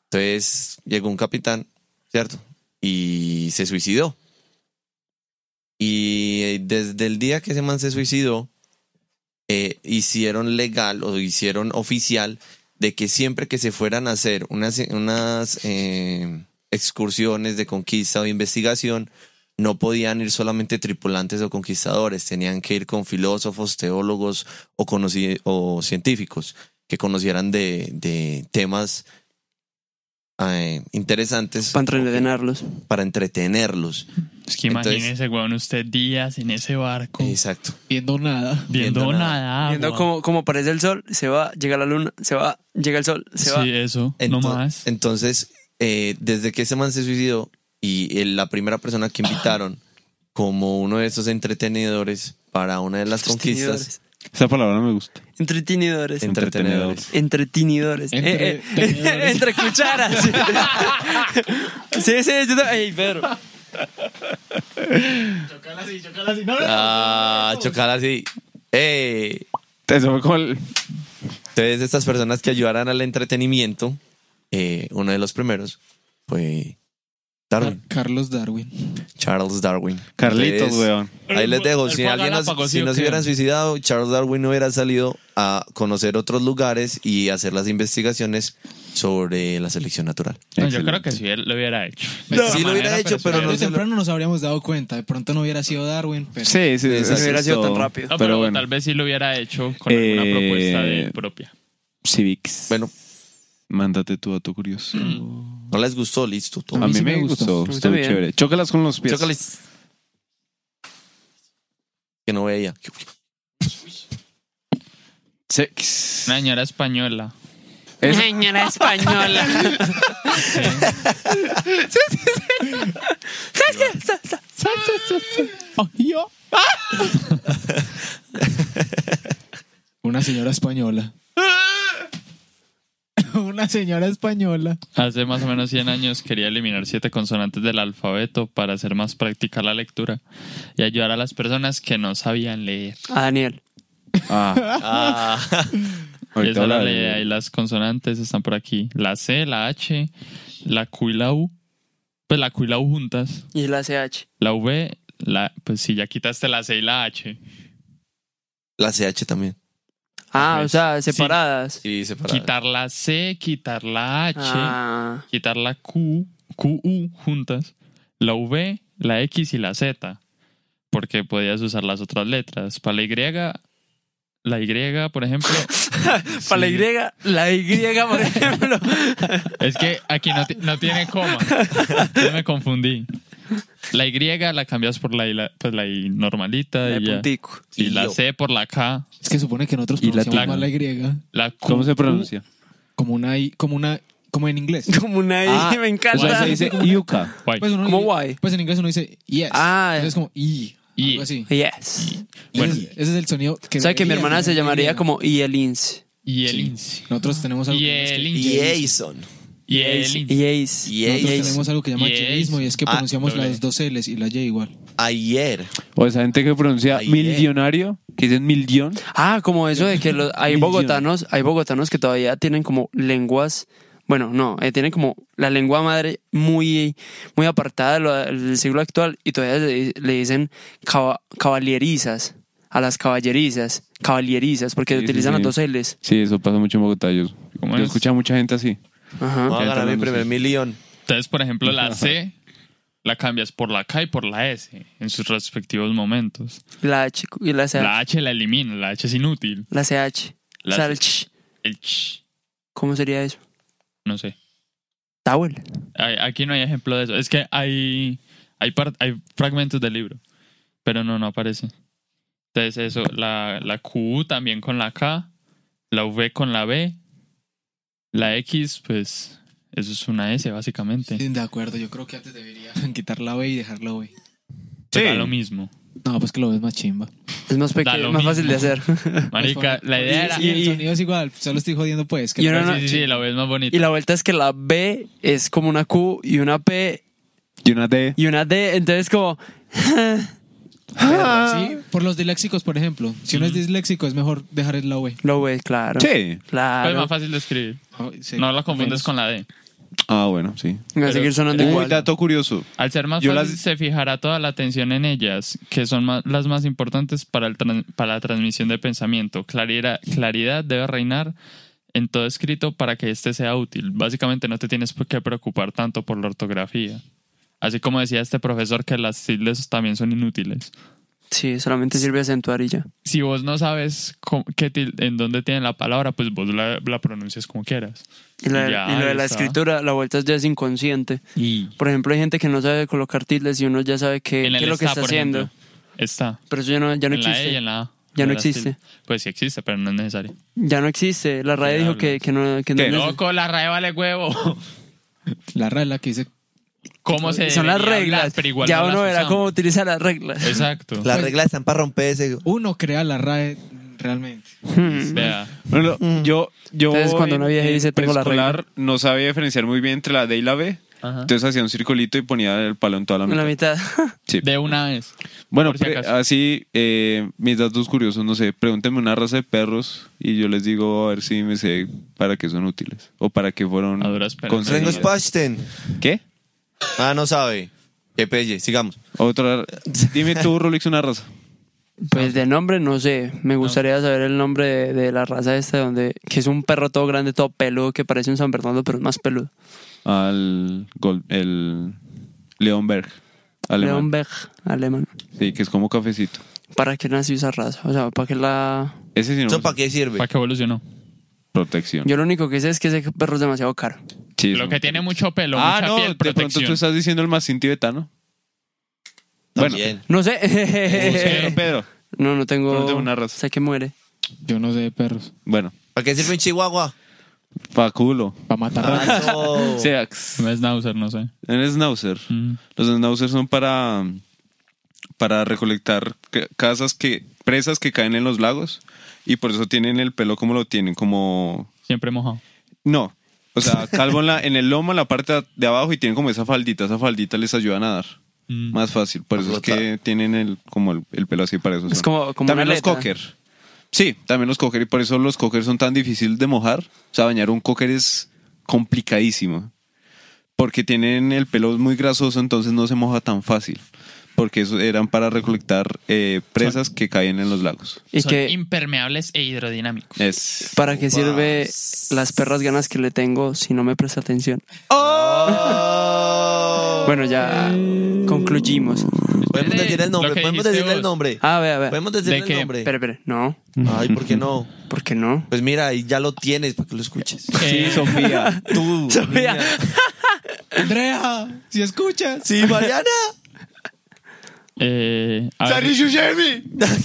Entonces llegó un capitán, ¿cierto? Y se suicidó. Y eh, desde el día que ese man se suicidó, eh, hicieron legal o hicieron oficial de que siempre que se fueran a hacer unas, unas eh, excursiones de conquista o investigación, no podían ir solamente tripulantes o conquistadores, tenían que ir con filósofos, teólogos o, conoci- o científicos que conocieran de, de temas eh, interesantes Para entretenerlos. para entretenerlos. Es que Entonces- imagínese, weón, usted días en ese barco. Exacto. Viendo nada. viendo viendo nada. nada. agua. Viendo cómo, cómo aparece el sol, se va, llega la luna, se va, llega el sol, se va. Sí, eso. Ento- no más. Entonces, eh, desde que ese man se suicidó y el- la primera persona que invitaron como uno de esos entretenedores para una de las conquistas, Entretenidores. Esa palabra no me gusta. Entretenidores. entretenedores. Entretenidores. Entre- Eh, eh, tenedores. entre cucharas. sí, sí, yo ta- Ey, Pedro. Chocala así, chocala así. No, Ah, chocar así. ¡Eh! Eso fue como el- Entonces, estas personas que ayudaran al entretenimiento, eh, uno de los primeros fue Darwin, Carlos Darwin. Charles Darwin. Carlitos, Entonces, weón. Ahí les dejo, El si fue a alguien nos, Galápagos, si ¿sí o nos qué? hubieran suicidado, Charles Darwin no hubiera salido a conocer otros lugares y hacer las investigaciones sobre la selección natural. No, yo Excelente. creo que sí él lo hubiera hecho. Sí De esa lo hubiera manera, hecho, pero sí no hubiera Tarde o se hecho. lo- temprano nos habríamos dado cuenta. De pronto no hubiera sido Darwin, pero... Sí, sí, Exacto. eso hubiera es sido tan todo. rápido. No, pero, Pero bueno, tal vez sí lo hubiera hecho con Eh, alguna propuesta de él propia. Civics. Bueno, Mándate tu dato curioso. no les gustó, listo. todo. A mí, me gustó, mí estuvo también. chévere. Chócalas con los pies. Chócales. Que no veía. Sex. Una señora española. Eso- Señora española. Una señora española. una señora española. Hace más o menos 100 años quería eliminar siete consonantes del alfabeto para hacer más práctica la lectura y ayudar a las personas que no sabían leer. A Daniel. Ah, Ah, ahorita Esa era la hablaré. idea, y las consonantes están por aquí. La C, la H, la Q y la U. Pues la Q y la U juntas. Y la CH. La V, la, pues si ya quitaste la C y la H. la CH también. Ah, Ajá, o sea, sí. separadas. Sí, separada. Quitar la C, quitar la H, Ah, quitar la Q, QU juntas. La V, la X y la Z. Porque podías usar las otras letras. Para la Y, la Y, por ejemplo. Para la sí. Y, la Y, por ejemplo. Es que aquí no, ti- no tiene coma. Yo me confundí. La Y la cambias por la I, la- pues la I normalita. De y ya. puntico. Y la C por la K. Es que supone que nosotros Y la pronunciamos tuna. mal la Y La Q. ¿Cómo se pronuncia? como una I, como una, como en inglés. Como una I, me O sea, encanta. Ah, se dice yuca. Guay. Pues uno Como dice- guay. Pues en inglés uno dice yes. Ah. Entonces es como I. Y- Algo así. Yes. Bueno. Ese, es, ese es el sonido que. O sea, que mi debería hermana se tener llamaría Y. como Ielins. Y el Sí. ins. Nosotros tenemos algo que es que- Yelin. Jason. Y el ins. Ielins. Nosotros Jason. tenemos algo que llama Yes. yeísmo y es que Ah, pronunciamos doble. las dos L's y la Y igual. Ayer. O esa gente que pronuncia Ahí, eh. millonario, que dicen millón. Ah, como eso de que los- hay Millón. bogotanos, hay bogotanos que todavía tienen como lenguas, bueno, no, eh, tienen como la lengua madre muy, muy apartada de lo- del siglo actual y todavía le, di- le dicen cava- caballerizas a las caballerizas, caballerizas, porque Sí, sí, utilizan sí. las dos L's. Sí, eso pasa mucho en Bogotá. Yo, ¿Cómo yo es? escucho a mucha gente así. Ajá. Voy Ya a ganar mi entramos, primer sí. millón. Entonces, por ejemplo, la C la cambias por la K y por la S en sus respectivos momentos. La H y la CH. La La, H la elimina, la H es inútil. CH. La Salch. El ch, ¿Cómo sería eso? no sé. Towel. Ay, Aquí no hay ejemplo de eso. Es que hay, hay, par- hay fragmentos del libro, pero no, no aparece. Entonces eso, la, la Q también con la K, la V con la B, la X, pues eso es una S básicamente. Sí, de acuerdo, yo creo que antes debería quitar la B y dejar la B. Pues, Sí. da lo mismo. No, pues que lo ves más chimba. Es más Da pequeño, lo más fácil de mismo. hacer. Marica, la idea era... Y, y el sonido es igual, solo estoy jodiendo pues. que Y ahora no- no- Sí, sí, sí, la vez más bonita. y la vuelta es que la B es como una Q y una P Y una D. y una D, entonces como Ah. Sí, por los disléxicos, por ejemplo. Si uno es disléxico, es mejor dejar el la E. B. Lo ves, claro. Sí. Pues Claro. más fácil de escribir. Ah, sí, No la confundes menos. con la D. Ah, bueno, sí. Va a seguir sonando Uy, igual. dato curioso. Al ser más Yo fácil, las- se fijará toda la atención en ellas, que son ma- las más importantes para, el tran- para la transmisión de pensamiento. Claridad, claridad debe reinar en todo escrito para que éste sea útil. Básicamente no te tienes por qué preocupar tanto por la ortografía. Así como decía este profesor que las tildes también son inútiles. Sí, solamente sirve acentuar y ya. Si vos no sabes cómo- qué til- en dónde tiene la palabra, pues vos la, la pronuncias como quieras. Y, la- Ya, y lo de la está. escritura, la vuelta ya es inconsciente. Y Por ejemplo, hay gente que no sabe colocar tildes y uno ya sabe qué, en qué el es lo que está, está por haciendo. ejemplo, está. Pero eso ya no, ya no en la E y existe. en la A. Ya no Las tildes. existe. Pues sí existe, pero no es necesario. Ya no existe. La RAE ¿Qué dijo hablas? que, que no. Que no Qué es- Loco, la RAE vale huevo. La regla que dice. ¿Cómo se Son las debería reglas. hablar? Pero igual ya no uno las verá usamos. cómo utilizar las reglas. Exacto. Las reglas están para romper ese. Uno crea la RAE realmente. Hmm. Vea. Bueno, lo- yo, yo Entonces, cuando en- una vieja en dice, "Tengo la preescolar", no sabía diferenciar muy bien entre la D y la B. Entonces hacía un circulito y ponía el palo en toda la En mitad. la mitad. Sí. De una vez. Bueno, por si pre- acaso. así, eh, mis datos curiosos, no sé, pregúntenme una raza de perros y yo les digo a ver si me sé para qué son útiles o para qué fueron A duras penas. concebidas. Rengo Spachten. ¿Qué? Ah, no sabe. Que pelle, sigamos. Otra, dime tú, Rolex, una raza. Pues de nombre no sé. Me gustaría saber el nombre de, de la raza esta, donde, que es un perro todo grande, todo peludo, que parece un San Bernardo, pero es más peludo. Al gol, el Leonberg. Alemán. Leonberg, alemán. Sí, que es como cafecito. ¿Para qué nació esa raza? O sea, ¿para qué la...? Ese sí no ¿Eso me para sé. qué sirve? ¿Para qué evolucionó? protección. Yo lo único que sé es que ese perro es demasiado caro. Sí, Lo son- que tiene mucho pelo, Ah, mucha no, piel, de pronto tú protección. estás diciendo el mastín tibetano. Bueno, También. No sé. Pedro, Pedro. no, no No tengo... tengo una raza. Sé que muere. Yo no sé de perros. Bueno, ¿Para qué sirve un chihuahua? Faculo. Para matar ratas. Ah, no. Seax. No es Nauser, no sé. En Schnauzer. Mm. Los schnauzers son para para recolectar ca- casas que presas que caen en los lagos y por eso tienen el pelo como lo tienen, como Siempre mojado. no, O sea, calvo en, la- en el lomo, en la parte de abajo y tienen como esa faldita. Esa faldita les ayuda a nadar. Mm. Más fácil. Por eso es que tienen el, como el, el pelo así para eso. Es son. como- como también una los aleta. cocker. Sí, también los cocker. Y por eso los cocker son tan difíciles de mojar. O sea, bañar un cocker es complicadísimo. Porque tienen el pelo muy grasoso, entonces no se moja tan fácil. Porque eso eran para recolectar eh, presas que caían en los lagos. Y Son que, impermeables e hidrodinámicos. Es. ¿para qué sirve las perras ganas que le tengo si no me presta atención? Bueno, ya concluimos. Podemos decir el Lo nombre, que podemos dijiste decirle el vos. nombre. Ah, vea, vea. Podemos decirle ¿De qué? el nombre. Espera, espera. No, Ay, ¿por qué no? ¿por qué no? Pues mira, ahí ya lo tienes para que lo escuches. Eh, Sofía. Tú. Sofía. niña. Andrea, si escuchas. Sí, Mariana. eh, a ver, a Pedro eres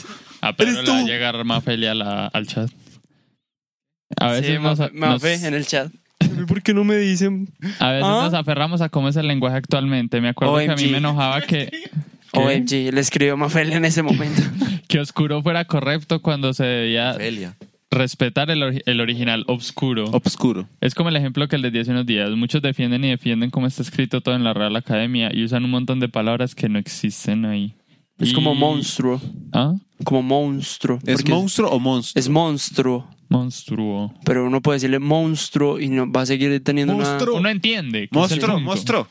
Ah, le va a tú. llegar Mafe a la- al chat. A veces, Sí, nos, Mafe- Mafe nos- en el chat. ¿Por qué no me dicen? a veces ¿Ah? nos aferramos a cómo es el lenguaje actualmente. Me acuerdo que a mí OMG. me enojaba que, ¿Qué? OMG, le escribió Mafel en ese momento. que oscuro fuera correcto cuando se debía Felia. respetar el, ori- el original obscuro. Obscuro. Es como el ejemplo que les di hace unos días. Muchos defienden y defienden cómo está escrito todo en la Real Academia y usan un montón de palabras que no existen ahí. Es Y- como monstruo. ¿Ah? Como monstruo. ¿Es porque monstruo o monstruo? Es monstruo. Monstruo. Pero uno puede decirle monstruo y no, va a seguir teniendo una- Monstruo. Uno entiende. que es el Monstruo, punto. monstruo.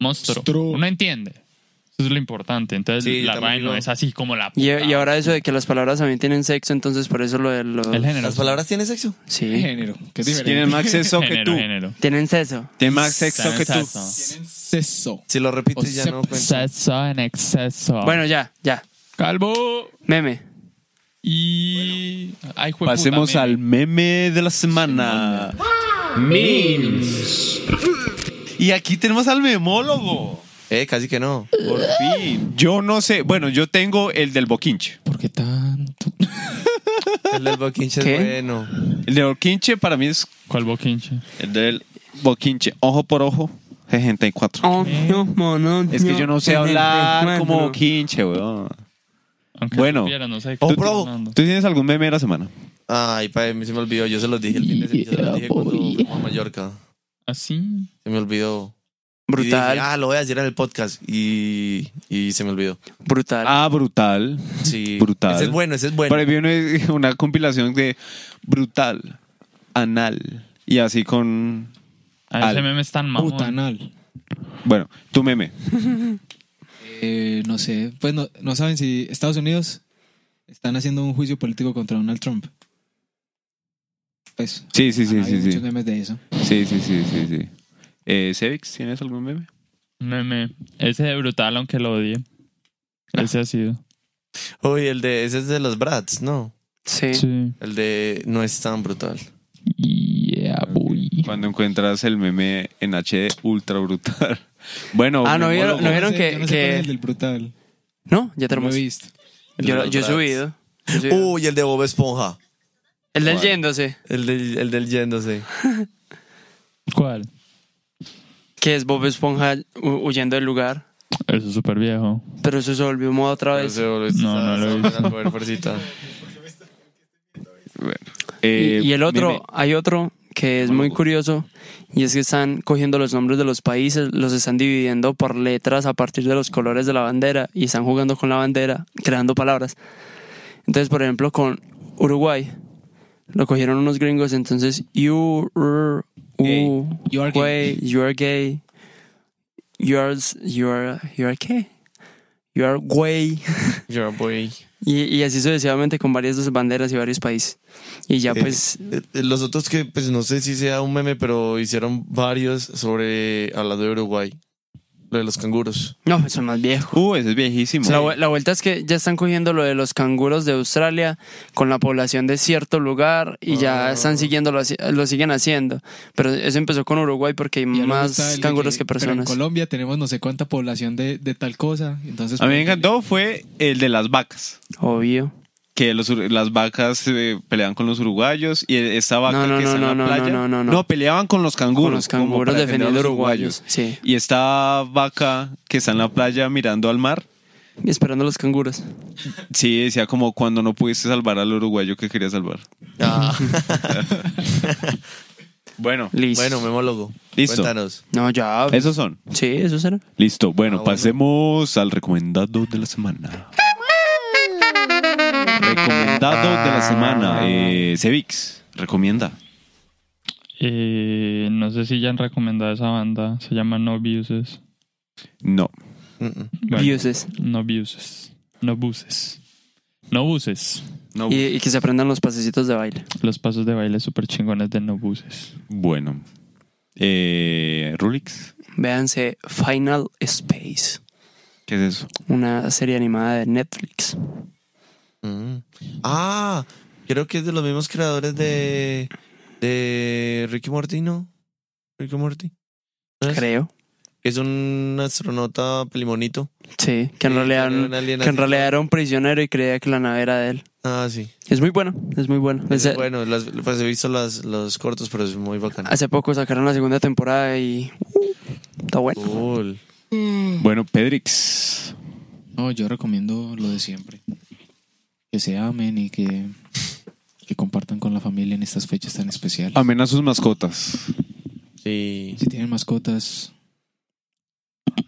Monstruo. Monstruo. Uno entiende. Eso es lo importante. Entonces Sí, yo la también RAE no digo- es así como la... Y, puta. y ahora eso de que las palabras también tienen sexo, entonces por eso lo de los... El género. ¿Las palabras tienen sexo? Sí. Género, que es diferente. Tienen más sexo que género, tú. género. Tienen sexo. Tienen más sexo que tú. Sexo. Seso. Si lo O repites ya sea, no cuenta. Sexo en exceso. Bueno, ya, ya. Calvo. Meme. Y... Ay, jueputa, Pasemos meme. al meme de la semana. Memes. Y aquí tenemos al memólogo. Eh, casi que no. Por fin. Yo no sé. Bueno, yo tengo el del boquinche. ¿Por qué tanto? El del boquinche ¿Qué? es bueno. El del boquinche para mí es ¿Cuál boquinche? el del boquinche. Ojo por ojo, 64. Oh, no, no, no, Es que yo no sé hablar como Bueno. boquinche, weón. Aunque Bueno. supiera, no sé. Oh, ¿Tú- bro. Fernando? ¿Tú tienes algún meme de la semana? Ay, pa, mí se me olvidó. Yo se los dije el fin de semana. Yo se los dije cuando fuimos a Mallorca. Ah, ¿Así? Se me olvidó. Y dije, Brutal, ah, lo voy a decir en el podcast. Y, y se me olvidó. brutal. Ah, brutal. Sí. Brutal. Ese es bueno, ese es bueno. Por ahí vi una, una compilación de brutal, anal. Y así con. A Al- ese meme es tan Puta mamón. anal. Bueno, tu meme. Eh, no sé, pues no, no saben si Estados Unidos están haciendo un juicio político contra Donald Trump. Pues Sí, Ah, sí, sí, hay sí, muchos sí. memes de eso. Sí, sí, sí, sí, sí. Eh, Cevix, ¿tienes algún meme? Meme. Ese de brutal, aunque lo odie. Ese ha sido. Uy, el de. Ese es de los Brats, ¿no? sí. Sí. El de. No es tan brutal. Yeah, boy. Cuando encuentras el meme en HD ultra brutal. Bueno, Ah, no memólogo. ¿No vieron sé- que- yo no sé cuál que- es el del brutal. ¿No? Ya No lo tenemos. he visto. Yo, Los yo he Bratz. subido. Yo he subido. Uy, el de Bob Esponja. el del ¿cuál? yéndose, El del, el del yéndose. ¿Cuál? que es Bob Esponja hu- huyendo del lugar. Eso es súper viejo. Pero eso se volvió moda otra No, vez. no lo he visto. Poder, fuercita. Eh, y, y el otro, meme. hay otro que es muy curioso y es que están cogiendo los nombres de los países, los están dividiendo por letras a partir de los colores de la bandera y están jugando con la bandera, creando palabras. Entonces, por ejemplo, con Uruguay lo cogieron unos gringos, entonces you r- u- You are way, you are gay. You are s- you are you are qué? You are gay. Your boy. Y, y así sucesivamente con varias de sus banderas y varios países. Y ya Eh, pues eh, los otros que, pues no sé si sea un meme, pero hicieron varios sobre. Hablando de Uruguay. Lo de los canguros. No, son más viejos. Uh, ese es viejísimo. La, vu- la vuelta es que ya están cogiendo lo de los canguros de Australia con la población de cierto lugar y ya están siguiendo, lo, haci- lo siguen haciendo. Pero eso empezó con Uruguay porque hay Y ya luego está más el de canguros que pero en personas. Colombia tenemos no sé cuánta población de, de tal cosa. Entonces, A mí me encantó fue el de las vacas. Obvio. Que los ur- las vacas eh, peleaban con los uruguayos y e-, esa vaca No, no, que no, está en no, la no, playa. no, no, no. peleaban con los canguros. con los como canguros para defender a defendiendo los uruguayos. Sí. Y esta vaca que está en la playa mirando al mar, Y esperando a los canguros. sí, decía como cuando no pudiste salvar al uruguayo que quería salvar. Ah. Bueno, Listo. Bueno, memólogo. Listo. Cuéntanos. no, ya. esos son. Sí, eso será. Listo. Bueno, Ah, bueno. pasemos al recomendado de la semana. Recomendado de la semana. Eh, Cevix, recomienda. Eh, no sé si ya han recomendado esa banda. Se llama No Buses. No. Mm-mm. Bueno, Viuses. No Buses. No Buses. No Buses. No. Y, y que se aprendan los pasecitos de baile. Los pasos de baile súper chingones de No Buses. Bueno. Eh, Rulix, Véanse Final Space, ¿qué es eso? una serie animada de Netflix. Mm. Ah, creo que es de los mismos creadores de. de Ricky Morty, ¿no? Ricky Morty. ¿No es? Creo. Es un astronauta pelimonito. Sí, que en Sí, realidad, tiene un alien que en así. realidad era un prisionero y creía que la nave era de él. Ah, sí. Es muy bueno, es muy bueno. Es Ese- bueno, las- pues he visto las, los cortos, pero es muy bacán. Hace poco sacaron la segunda temporada y uh, está bueno. Cool. Bueno, Pedrix. No, yo recomiendo lo de siempre. Que se amen y que, que compartan con la familia en estas fechas tan especiales. Amen a sus mascotas. Sí. Si tienen mascotas,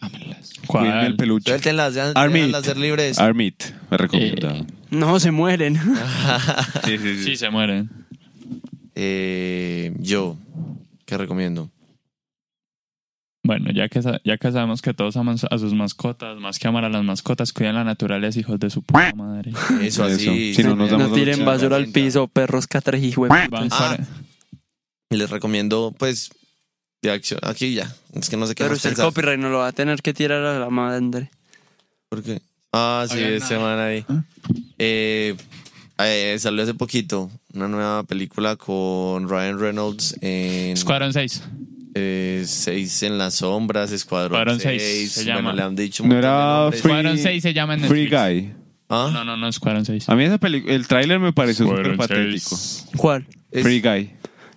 ámenlas. Cuiden el peluche. Suéltenlas, ya- Army. déjenlas ser libres. Armit, me recomienda. No, se mueren. Sí, sí, sí. Sí, se mueren. Eh, yo, ¿qué recomiendo? Bueno, ya que, sa- ya que sabemos que todos aman a sus mascotas, más que amar a las mascotas, cuidan la naturaleza, hijos de su puta madre. Eso. Eso, así. Si no, nos damos no tiren la basura al cuenta. piso, perros catres y Van huevos. para- Ah, Y les recomiendo, pues, de acción. Aquí ya. Es que no sé qué Pero más usted el pensar. copyright no lo va a tener que tirar a la madre. ¿Por qué? Ah, sí, Había ese semana ahí. Ah. Eh, eh, salió hace poquito una nueva película con Ryan Reynolds en Escuadrón 6. eh, Seis en las sombras, Escuadrón Escuadrón seis, 6. se Bueno, llama. le han dicho un No montón de era nombres. Escuadrón Free, 6 se llama en Free Netflix. Guy. Ah. ¿Ah? No, no, no, Escuadrón 6. A mí esa película, el tráiler me pareció súper patético. ¿Cuál? Es- Free Guy,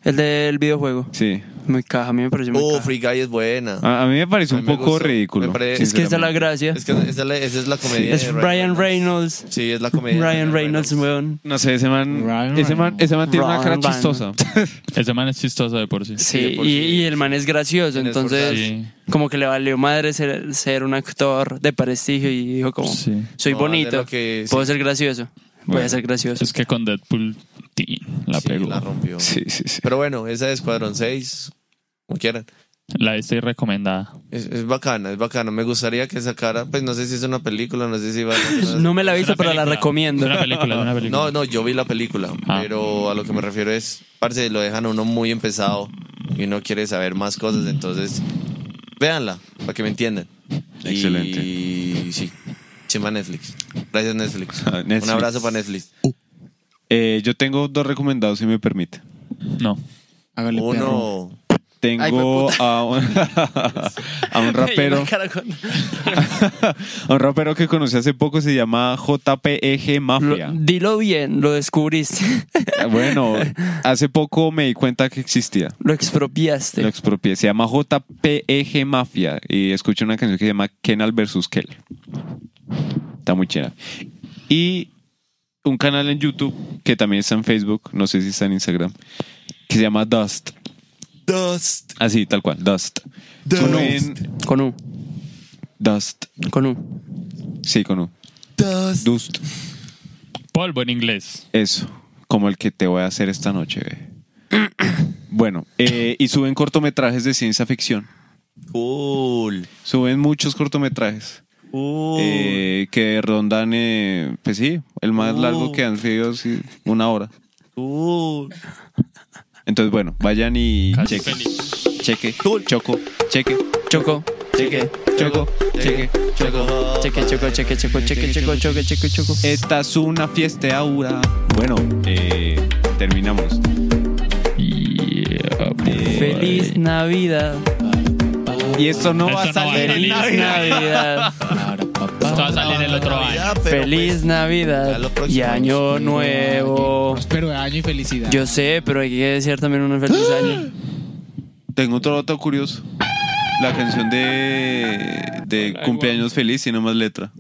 El del videojuego. sí. Muy caja, a mí me pareció muy Oh, caja. Free Guy es buena. A, a mí me pareció A un mí me poco gustó. ridículo. Me parece- Es que esa es la gracia. Es que esa, le- esa es la comedia. Es de Brian Reynolds. Sí, es la comedia. de Ryan Reynolds, weón. No sé, ese man, Ryan ese man, Reynolds. ese man tiene una cara Ryan Reynolds. chistosa. Ese man es chistoso de por sí. Sí, por y, sí. y el man es gracioso, Tiene entonces Sí. como que le valió madre ser, ser un actor de prestigio y dijo como, Sí. soy Puedo hacer bonito, lo que- Pues, puedo ser gracioso, voy a ser gracioso. Es que con Deadpool tin, la Sí, pegó. la rompió. sí, sí, sí. Pero bueno, esa de Escuadrón 6, como quieran. La estoy recomendada. Es, es bacana, es bacana. Me gustaría que sacara, pues no sé si es una película, no sé si va a ser Pues, una- No me la he visto, Es una pero la película, recomiendo. Es una película, es una película. No, no, yo vi la película, Ah. pero a lo que me refiero es, parce, lo dejan a uno muy empezado y uno quiere saber más cosas, entonces véanla, para que me entiendan. Excelente. Y sí, chima Netflix. Gracias Netflix. Ah, Netflix. Un abrazo para Netflix. Eh, yo tengo dos recomendados, si me permite. No. Hágale perro. Uno, Ay, Tengo jueputa. a un, a un Y rapero, la cara con- a un rapero que conocí hace poco, se llama JPEG Mafia. Lo- dilo bien, lo descubriste, Bueno, hace poco me di cuenta que existía. lo Lo expropiaste. expropié. Se llama JPEG Mafia. Y escuché una canción que se llama Kenal vs. Kel. Está muy chida. Y un canal en YouTube que también está en Facebook, no sé si está en Instagram, que se llama Dust. Dust. Así, tal cual, Dust. Suben- Con U, Dust. con U. Sí, con U. Dust. Dust. Polvo en inglés. Eso, como el que te voy a hacer esta noche, ve. Bueno, eh, y suben cortometrajes de ciencia ficción. Cool. Suben muchos cortometrajes. Uh. Cool. eh, que rondan, eh, pues sí, el más Uh. largo que han sido, sí, una hora. cool. Entonces, bueno, vayan y Casi cheque, feliz. cheque, choco, cheque, Choco, cheque, choco, cheque. Choco. cheque, choco, cheque, choco, cheque, choco, choco, cheque, choco. Esta es una fiesta ahora. Bueno, eh, terminamos. Yeah, boy. Feliz Navidad, Y esto no va a Esto no va a salir. en salir. feliz Navidad, Para Esto va papá. a salir el otro año. feliz ya Navidad lo y próximo año nuevo. Prospero año y felicidad. Yo sé, pero hay que desear también un feliz año. Tengo otro dato curioso. La canción de, de Cumpleaños Feliz tiene más letra.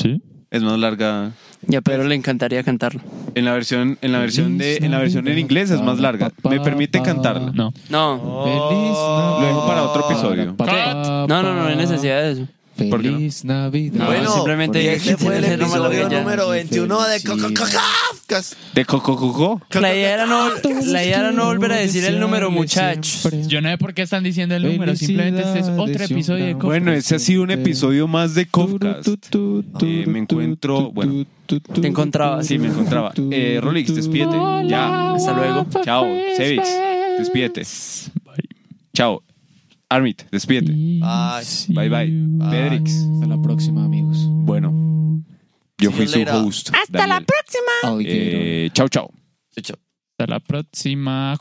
Sí. Es más larga. Y a Pedro le encantaría cantarlo. En la versión, en la versión de, en la versión en inglés es más larga. ¿Me permite cantarla? No. No. Lo dejo para otro episodio. Oh. No, no, no, no hay necesidad de eso. ¿Por qué no? Feliz Navidad. Bueno, simplemente y este tiene fue el que ser nomás lo que episodio ya- número 21 de Sí. Cocacacafcas. De coco coco. La idea era no, la idea era no volver a decir el número, muchachos. Yo no sé por qué están diciendo el número, simplemente este es otro Felicidades, episodio de Jonah. Cof- Bueno, ese ha sido un episodio más de Cofcast. Eh, me encuentro, bueno. Te encontrabas. Sí, me encontraba. Eh, Rolix, despídete. Ya. Hasta luego. Chao. Sevix, despídete. Chao. Armit, despídete. Ay, Bye bye. Pedrix. Hasta la próxima, amigos. Bueno. Yo fui su Señorita. host. Hasta la próxima. Eh, chao, chao. chao, chao. Hasta la próxima.